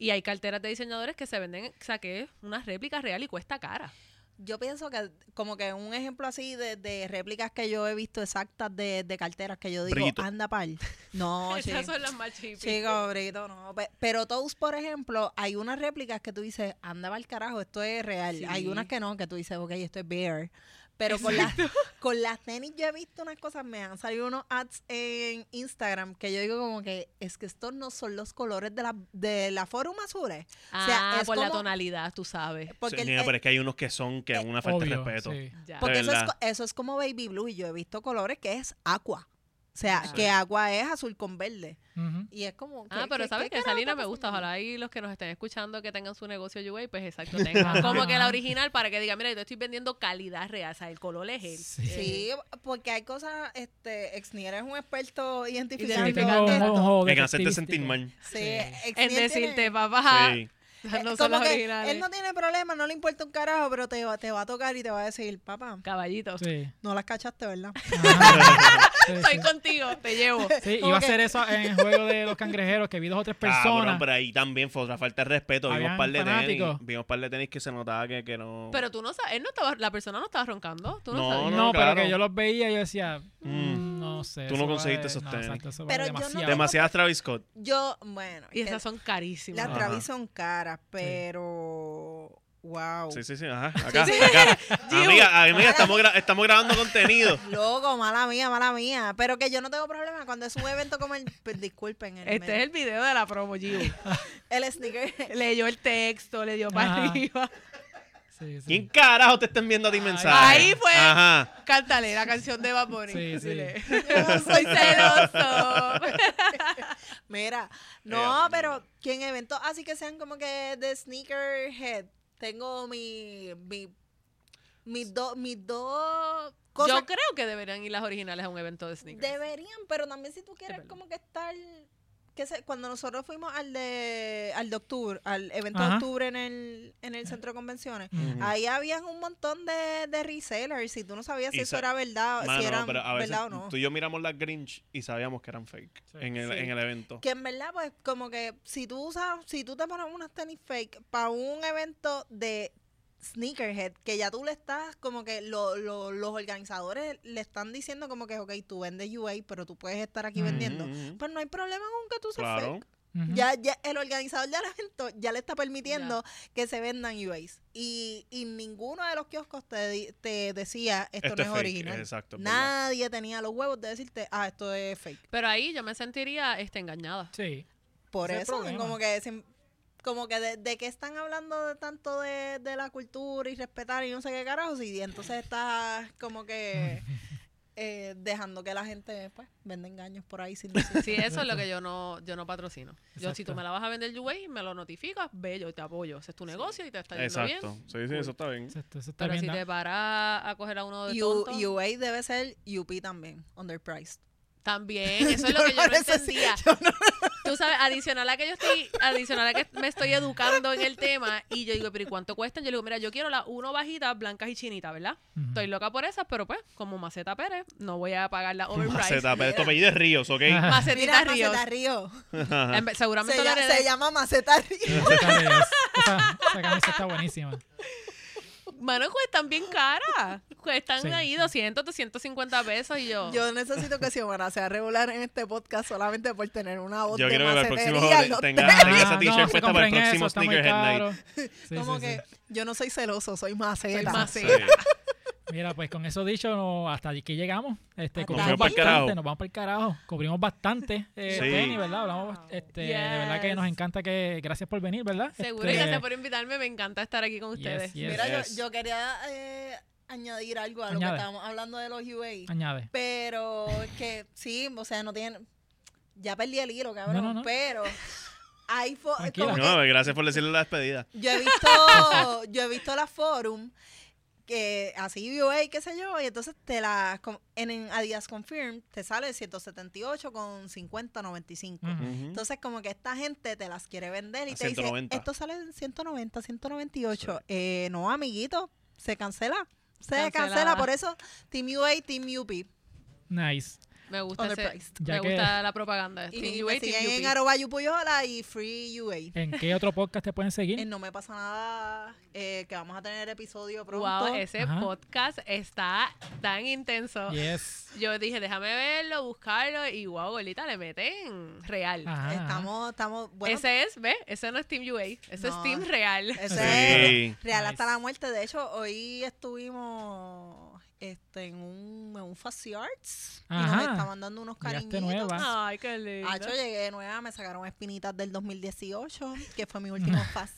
S4: Y hay carteras de diseñadores que se venden, o sea, que es una réplica real y cuesta cara.
S2: Yo pienso que como que un ejemplo así de, de réplicas que yo he visto exactas de, de carteras que yo digo,
S3: Brito.
S2: anda pal. No,
S4: Esas
S2: chico,
S4: son las más chipis.
S2: Chico, Brito, no. Pe- Pero Toast, por ejemplo, hay unas réplicas que tú dices, anda pal carajo, esto es real.
S4: Sí.
S2: Hay unas que no, que tú dices, ok, esto es beer. Pero con las, con las tenis yo he visto unas cosas, me han salido unos ads en Instagram que yo digo como que es que estos no son los colores de la, de la Forum Azules.
S4: Ah,
S2: O sea, es
S4: por la
S2: como-
S4: tonalidad, tú sabes.
S2: Porque
S3: Sí,
S2: el-
S3: nena,
S2: el-
S3: pero es que hay unos que son que es una falta de
S1: Eh, Obvio,
S3: respeto.
S1: sí.
S4: Ya.
S2: Porque
S3: De
S2: eso es,
S3: verdad.
S2: co- eso es como baby blue y yo he visto colores que es agua. O sea,
S4: Sí.
S2: que agua es azul con verde.
S1: Ujú.
S2: Y es como...
S4: Ah,
S2: ¿qué-
S4: pero
S2: qué-
S4: sabes
S2: qué
S4: que esa
S2: carajo
S4: línea
S2: está
S4: me gusta.
S2: pasando?
S4: Ojalá y los que nos estén escuchando que tengan su negocio UA, pues exacto, tengan como que la original para que digan, mira, yo te estoy vendiendo calidad real, o sea, el color es el. eh,
S1: Sí.
S2: Sí, porque hay cosas, este, Exnier es un experto
S1: Sí,
S2: identificando.
S4: Identificando.
S1: tengo un
S2: esto.
S1: ojo
S3: En hacerte sentir
S1: detectivístico.
S3: mal.
S2: Sí,
S1: Sí.
S2: Exnier
S4: Es
S2: tiene-
S4: decirte,
S2: eh,
S1: Ah.
S4: papá,
S3: Sí.
S4: no son
S2: como
S4: las
S2: que
S4: originales.
S2: él no tiene problema, no le importa un carajo, pero te va, te va a tocar y te va a decir, papá,
S4: Caballito.
S1: Sí.
S2: no las cachaste, ¿verdad?
S1: Ajá. Sí,
S4: Estoy
S1: sí.
S4: contigo, te llevo.
S1: Sí,
S2: Como
S1: iba a
S2: que-
S1: hacer eso en el juego de los cangrejeros, que vi dos o tres
S3: Cabrón,
S1: personas.
S3: pero ahí también fue otra falta de respeto. Vimos
S1: Habían
S3: un par de
S1: fanáticos.
S3: tenis. Vimos par de tenis que se notaba que, que no.
S4: Pero tú no sabes, él no estaba, la persona no estaba roncando, tú no,
S3: No,
S4: sabes.
S1: no, pero
S3: claro.
S1: que yo los veía y yo decía,
S3: Mm.
S1: "Mm, no, No sé.
S3: Tú no
S1: eso vale-
S3: conseguiste esos
S1: no,
S3: tenis.
S1: exacto, eso
S2: Pero
S1: vale
S2: yo no
S1: demasiado.
S2: tengo-
S3: Demasiadas Travis Scott.
S2: Yo, bueno,
S4: Y
S2: que
S4: esas son carísimas.
S2: las
S3: Ajá.
S2: Travis son caras, pero wow.
S3: Sí, sí, sí. Ajá. Acá, acá. Ah, Amiga, amiga, estamos, gra- estamos grabando contenido.
S2: Loco, mala mía, mala mía. Pero que yo no tengo problema cuando es un evento como el. pues, Disculpen, el,
S4: Este es el video de la promo, Gio.
S2: el sneaker.
S4: Leyó el texto, le dio
S1: Ajá.
S4: para arriba.
S1: Sí, sí.
S3: ¿Quién carajo te está enviando a ti
S1: Ahí-
S3: mensaje?
S4: ahí fue.
S3: Ajá.
S4: Cántale la canción de Bad Bunny.
S1: Sí, sí.
S4: Dile,
S2: Yo no soy
S4: Soy celoso.
S2: Mira,
S3: Ea,
S2: no, pero que en eventos así que sean como que de sneakerhead, tengo mi, mi, mis dos, mis dos cosas
S4: Yo creo que deberían ir las originales a un evento de sneakers.
S2: deberían, pero también si tú quieres
S4: verdad.
S2: como que estar, que sé, cuando nosotros fuimos al de, al de octubre, al evento
S1: Ajá.
S2: de octubre en el, en el centro de convenciones,
S3: Mm.
S1: Ujú.
S2: ahí habían un montón de, de resellers y tú no sabías si
S3: Y
S2: eso
S3: sa-
S2: era verdad,
S3: Mano,
S2: Ah, si era
S3: pero a veces
S2: verdad o no.
S3: tú y yo miramos las Grinch y sabíamos que eran fake
S1: Sí.
S3: en, el,
S4: Sí.
S3: en el evento.
S2: Que en verdad, pues, como que si tú usas, si tú te pones unas tenis fake para un evento de sneakerhead, que ya tú le estás, como que lo- lo- los organizadores le están diciendo como que, ok, tú vendes UA, pero tú puedes estar aquí
S1: Mm.
S2: vendiendo.
S3: Ujú, ujú.
S2: Pues no hay problema con que tú seas
S3: Claro.
S2: fake.
S1: Ujú.
S2: Ya, ya el organizador del evento ya le está permitiendo que se vendan UAs. Y, y ninguno de los kioscos te, di- te decía, esto,
S3: Esto
S2: no
S3: es
S2: es,
S3: fake,
S2: original.
S3: exacto, es verdad.
S2: Nadie tenía los huevos de decirte, ah, esto es fake.
S4: Pero ahí yo me sentiría este, engañada.
S1: Sí.
S2: Por
S1: Ese es el
S2: eso,
S1: problema.
S2: como que sin- como que de, de qué están hablando de tanto de, de la cultura y respetar y no sé qué carajos y entonces estás como que eh, dejando que la gente pues venda engaños por ahí sin decir.
S4: Sí, eso es lo que yo no, yo no patrocino. Yo, si
S1: Exacto.
S4: tú me la vas a vender Yuway, me lo notificas, bello, te apoyo. Ese es tu negocio y te está yendo
S3: Exacto.
S4: bien.
S3: Sí, sí, eso está bien.
S1: Exacto, eso está
S4: Pero
S1: bien.
S4: si
S1: da-
S4: te paras a coger a uno de
S2: U-
S4: tonto,
S2: UA debe ser UP también, underpriced.
S4: también, eso es lo que yo no
S2: necesito-
S4: entendía.
S2: yo no-
S4: Tú sabes, adicional a que yo estoy, adicional a que me estoy educando en el tema, y yo digo, pero ¿y cuánto cuestan? Yo le digo, mira, yo quiero las uno bajitas, blancas y chinitas, ¿verdad?
S1: Ujú.
S4: Estoy loca por esas, pero pues, como Maceta Pérez, no voy a pagar la overpriced.
S3: Maceta, pero tu apellido es Ríos, ¿ok?
S1: Ajá.
S4: Macetita
S2: Mira,
S4: Ríos.
S2: Maceta Río.
S3: Ajá.
S4: En vez- Seguramente
S2: Se,
S4: lo
S2: lla-
S4: heredé.
S2: se llama Maceta Río.
S1: Esa está bien. Esa- esa camisa está buenísima.
S4: Mano, cuestan bien caras. Cuestan
S1: Sí,
S4: ahí
S1: sí.
S4: 200, 250 pesos y yo.
S2: Yo necesito que Xiomara sea regular en este podcast solamente por tener una voz
S3: Yo
S2: de
S3: quiero que para el próximo
S2: macetería en
S3: tenga,
S2: los
S3: tenga
S1: Ah,
S3: esa t-shirt
S1: no, se
S3: puesta para el
S1: compren eso,
S3: próximo
S1: está muy
S3: Sneakerhead Night.
S1: caro. Sí,
S2: como
S1: sí, sí.
S2: que yo no soy celoso, soy
S4: Soy
S2: maceta.
S4: maceta.
S3: Sí.
S1: Mira, pues con eso dicho, no- hasta aquí llegamos. Este,
S2: Nos
S1: cubrimos
S2: fuimos pa'l
S1: bastante,
S3: carajo.
S1: nos vamos para el carajo. Cubrimos bastante eh,
S3: Sí.
S1: tenis, ¿verdad? Hablamos, este, de verdad que nos
S4: Yes.
S1: encanta que, gracias por venir, ¿verdad?
S4: Seguro, y
S1: Este,
S4: gracias por invitarme. Me encanta estar aquí con
S1: Yes,
S4: ustedes.
S1: yes.
S2: Mira,
S3: Yes.
S2: yo, yo quería eh, añadir algo a lo
S1: Añade.
S2: que estábamos hablando de los UA.
S1: Añade.
S2: Pero que sí, o sea, no tienen. Ya perdí el hilo, cabrón.
S1: No, no, no. pero
S2: Pero hay fo-
S1: Tranquila.
S2: como
S3: No,
S2: que
S3: gracias por decirle la despedida.
S2: yo he visto, yo he visto la forum que así UA, qué sé yo, y entonces te la com- en, en Adidas Confirm te sale 178 con 50, 95.
S1: Ujú.
S3: Ujú.
S2: Entonces, como que esta gente te las quiere vender y
S3: A
S2: te
S3: 190.
S2: dice, esto sale en 190, 198. Eh, no, amiguito, se cancela. Se
S4: Cancelada.
S2: cancela, por eso Team UA, Team UP.
S1: Nice.
S4: Me gusta, ese-
S2: Underpriced.
S1: Ya
S4: me
S1: que-
S4: gusta la propaganda.
S2: Y
S4: Team
S2: me
S4: UA, Team
S2: siguen en
S4: UP.
S2: arroba yupuyola y free UA.
S1: ¿En qué otro podcast te pueden seguir?
S2: Eh, no me pasa nada, eh, que vamos a tener episodio pronto.
S4: Wow, ese
S1: Ajá.
S4: podcast está tan intenso.
S1: Yes.
S4: Yo dije, déjame verlo, buscarlo. Y wow, bolita, le meten real.
S1: Ajá.
S2: Estamos, estamos, bueno,
S4: ese es, ¿ves? Ese no es Team UA, ese es
S2: No.
S4: Team Real.
S2: ese
S3: Sí.
S2: es real
S1: Nice.
S2: hasta la muerte. De hecho, hoy estuvimos este, en un, en un Fuzzy Arts y
S1: Ajá.
S2: nos estaban dando unos
S1: Llegaste
S2: cariñitos.
S1: nueva.
S4: Ay, qué lindo.
S2: Hacho, este llegué nueva, me sacaron espinitas del 2018, que fue mi último facial.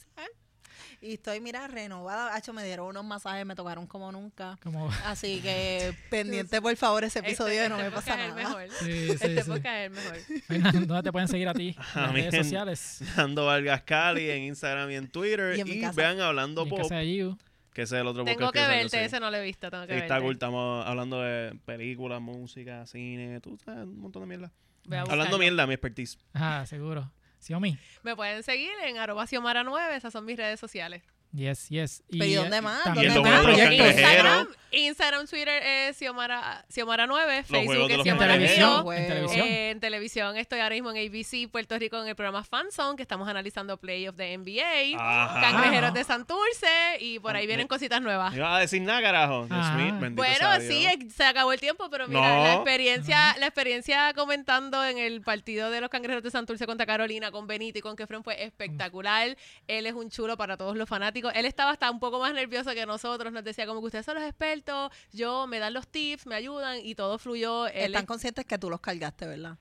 S2: Y estoy, mira, renovada. Hacho, me dieron unos masajes, me tocaron como nunca.
S1: Como,
S2: Así que pendiente, por favor, ese
S4: Este-
S2: episodio de no
S4: este
S2: me pasa
S4: podcast es el
S2: nada.
S4: mejor.
S1: sí, sí,
S4: Este
S1: sí.
S4: podcast es el mejor.
S1: Fernando, ¿dónde te pueden seguir a ti? En
S3: A
S1: las
S3: mí
S1: redes
S3: en-
S1: sociales.
S3: Nando Vargas Cali en Instagram y en Twitter.
S2: Y
S3: Y,
S2: en mi casa.
S3: vean Hablando
S1: En
S3: Pop,
S1: casa de Giu.
S3: que ese es el otro
S4: Tengo
S3: podcast
S4: que
S3: salió,
S4: verte,
S3: sí.
S4: ese no lo he visto, tengo que
S3: Sí, está
S4: verte.
S3: cool. Estamos hablando de películas, música, cine, tú sabes, un montón de mierda.
S4: Voy a
S3: Hablando
S4: buscarlo.
S3: mierda, mi expertise.
S1: Ajá, seguro. Xiaomi.
S4: Me pueden seguir en arroba Xiomara9, esas son mis redes sociales.
S1: Yes, yes.
S2: Pero ¿y dónde
S1: eh,
S2: más?
S1: también
S3: ¿Dónde
S1: está
S3: más?
S1: el proyecto.
S3: Los cangrejeros.
S4: Instagram, Instagram, Twitter es Xiomara, Xiomara 9,
S3: juegos
S4: Facebook
S3: de
S4: es
S3: los
S1: En
S4: Xiomara
S2: cangrejeros.
S1: televisión,
S2: Video,
S1: en televisión.
S4: Eh, en televisión estoy ahora mismo en ABC Puerto Rico en el programa Fanzone, que estamos analizando playoffs de NBA,
S3: Ajá.
S4: Cangrejeros
S1: Ah.
S4: de Santurce y por ahí
S3: Ah,
S4: vienen
S3: me-
S4: cositas nuevas.
S3: ¿Me ibas a decir nada, carajo? Dios
S1: Ah.
S3: mío, bendito
S4: Bueno,
S3: sea
S4: sí,
S3: Dios.
S4: ex- se acabó el tiempo, pero mira,
S3: No.
S4: la experiencia,
S1: Ajá.
S4: la experiencia comentando en el partido de los Cangrejeros de Santurce contra Carolina, con Benito y con Kefren fue espectacular. Él es un chulo para todos los fanáticos. Él estaba hasta un poco más nervioso que nosotros, nos decía como que ustedes son los expertos, yo me dan los tips, me ayudan y todo fluyó. Él
S2: Están conscientes que tú los cargaste, ¿verdad?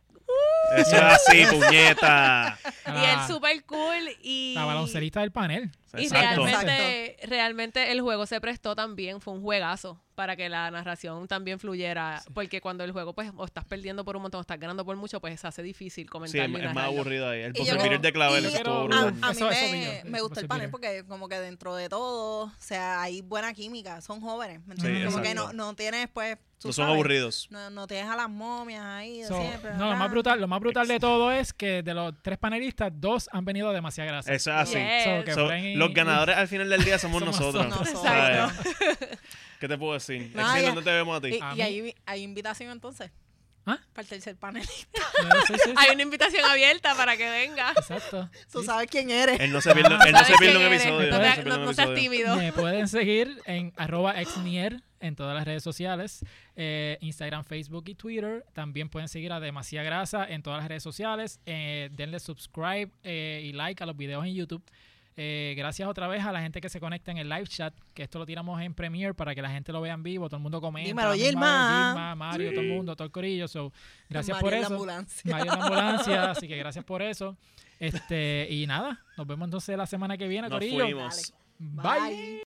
S3: Eso es así, puñeta.
S4: es- y él
S1: Ah,
S4: súper cool y...
S1: La baloncerista del panel.
S4: Y
S3: Exacto.
S4: realmente, realmente el juego se prestó también, fue un juegazo para que la narración también fluyera, porque cuando el juego pues o estás perdiendo por un montón o estás ganando por mucho, pues se hace difícil
S3: Sí,
S4: comentar
S3: es,
S4: y
S3: es más
S4: narrarlo.
S3: aburrido ahí. El
S2: Y yo-
S3: posibilidad de clavel
S2: y-
S3: eso estuvo
S2: A,
S1: Pero-
S3: brutal.
S2: a mí
S1: Eso-
S2: me,
S1: eso vi yo,
S2: me
S1: eso
S2: gustó el
S1: vi
S2: panel
S1: yo.
S2: porque como que dentro de todo, o sea, hay buena química, son jóvenes, ¿me
S1: Sí,
S2: entiendes? como que no,
S3: exacto.
S2: no tienes pues... tú
S3: No son
S2: sabes,
S3: aburridos.
S2: No, no tienes a las momias ahí de
S1: So,
S2: siempre.
S1: no, lo
S2: ¿verdad?
S1: más brutal, lo más brutal de todo es que de los tres panelistas, dos han venido a demasiada gracia.
S3: Eso es así.
S4: Yes.
S1: So, que
S3: So,
S1: Fren y-
S3: los ganadores al final del día somos,
S1: Somos
S3: nosotros.
S2: nosotros.
S3: ¿sabes? ¿Qué te puedo decir?
S2: No,
S3: Exil,
S2: ya.
S3: ¿Dónde te vemos a
S2: Y,
S3: ti?
S1: A
S2: y
S1: mí-
S2: ahí vi- hay invitación entonces.
S1: ¿Ah?
S2: Para el tercer panel.
S1: No, sí, sí, sí,
S4: Hay una invitación abierta para que venga.
S1: Exacto.
S2: Tú
S1: Sí.
S2: sabes quién eres.
S3: Él no se pierde, él no
S4: ¿Sabes
S3: se pierde
S4: quién
S3: un
S4: eres?
S3: episodio.
S4: No,
S3: él no
S4: te-
S3: se pierde
S4: no-
S3: un
S4: no seas
S3: episodio.
S4: tímido.
S1: Me pueden seguir en arroba exnier en todas las redes sociales, eh, Instagram, Facebook y Twitter. También pueden seguir a Demasía Grasa en todas las redes sociales. Eh, denle subscribe eh, y like a los videos en YouTube. Eh, gracias otra vez a la gente que se conecta en el live chat, que esto lo tiramos en Premiere para que la gente lo vea en vivo, todo el mundo comenta.
S2: Dímelo,
S1: Mario,
S2: Gilma.
S1: Gilma, Mario, todo el
S3: Sí.
S1: mundo, todo el corillo. So, gracias
S2: María
S1: por
S2: en la
S1: eso.
S2: ambulancia.
S1: Mario en la ambulancia, así que gracias por eso. Este, y nada, nos vemos entonces la semana que viene,
S3: Nos
S1: corillo.
S3: fuimos.
S2: Dale. Bye.